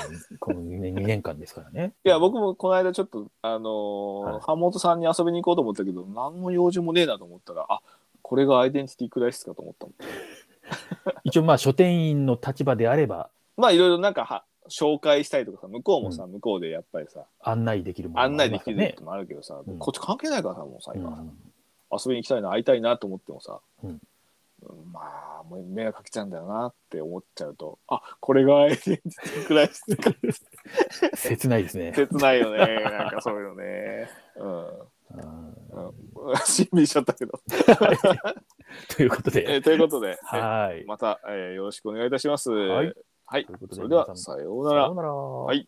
Speaker 2: この2年 ,2 年間ですからね。
Speaker 1: いや、僕もこの間ちょっと、あのー
Speaker 2: はい
Speaker 1: 版元さんに遊びに行こうと思ったけど、何の用事もねえなと思ったら、あこれがアイデンティティクライシスかと思ったもん。
Speaker 2: 一応まあ書店員の立場であれば
Speaker 1: まあ、いろいろなんかは、紹介したりとかさ、向こうもさ、向こうでやっぱりさ、
Speaker 2: 案内できるもの
Speaker 1: 案
Speaker 2: もあ
Speaker 1: 内
Speaker 2: り
Speaker 1: で
Speaker 2: ます
Speaker 1: き
Speaker 2: か
Speaker 1: る
Speaker 2: ら
Speaker 1: っ
Speaker 2: ね
Speaker 1: て。のもあるけどさ、
Speaker 2: うん
Speaker 1: こっち関係ないからさ、もうさ、今はさ
Speaker 2: うん
Speaker 1: 遊びに行きたいな、会いたいなと思ってもさ、
Speaker 2: うん
Speaker 1: まあ、もう迷惑かけちゃうんだよなって思っちゃうと、あこれがアイデンティティクライシスか。
Speaker 2: 切ないですね。
Speaker 1: 切ないよ ね、なんかそういうのね。うん
Speaker 2: うん
Speaker 1: うん、 審理しちゃったけど。
Speaker 2: ということ
Speaker 1: え
Speaker 2: で、
Speaker 1: ー ということで、
Speaker 2: はい。
Speaker 1: また、えーよろしくお願いいたします。
Speaker 2: はい
Speaker 1: はい
Speaker 2: ということで
Speaker 1: それでは
Speaker 2: 皆さん
Speaker 1: さよう
Speaker 2: さ
Speaker 1: なら
Speaker 2: よう。なら。はい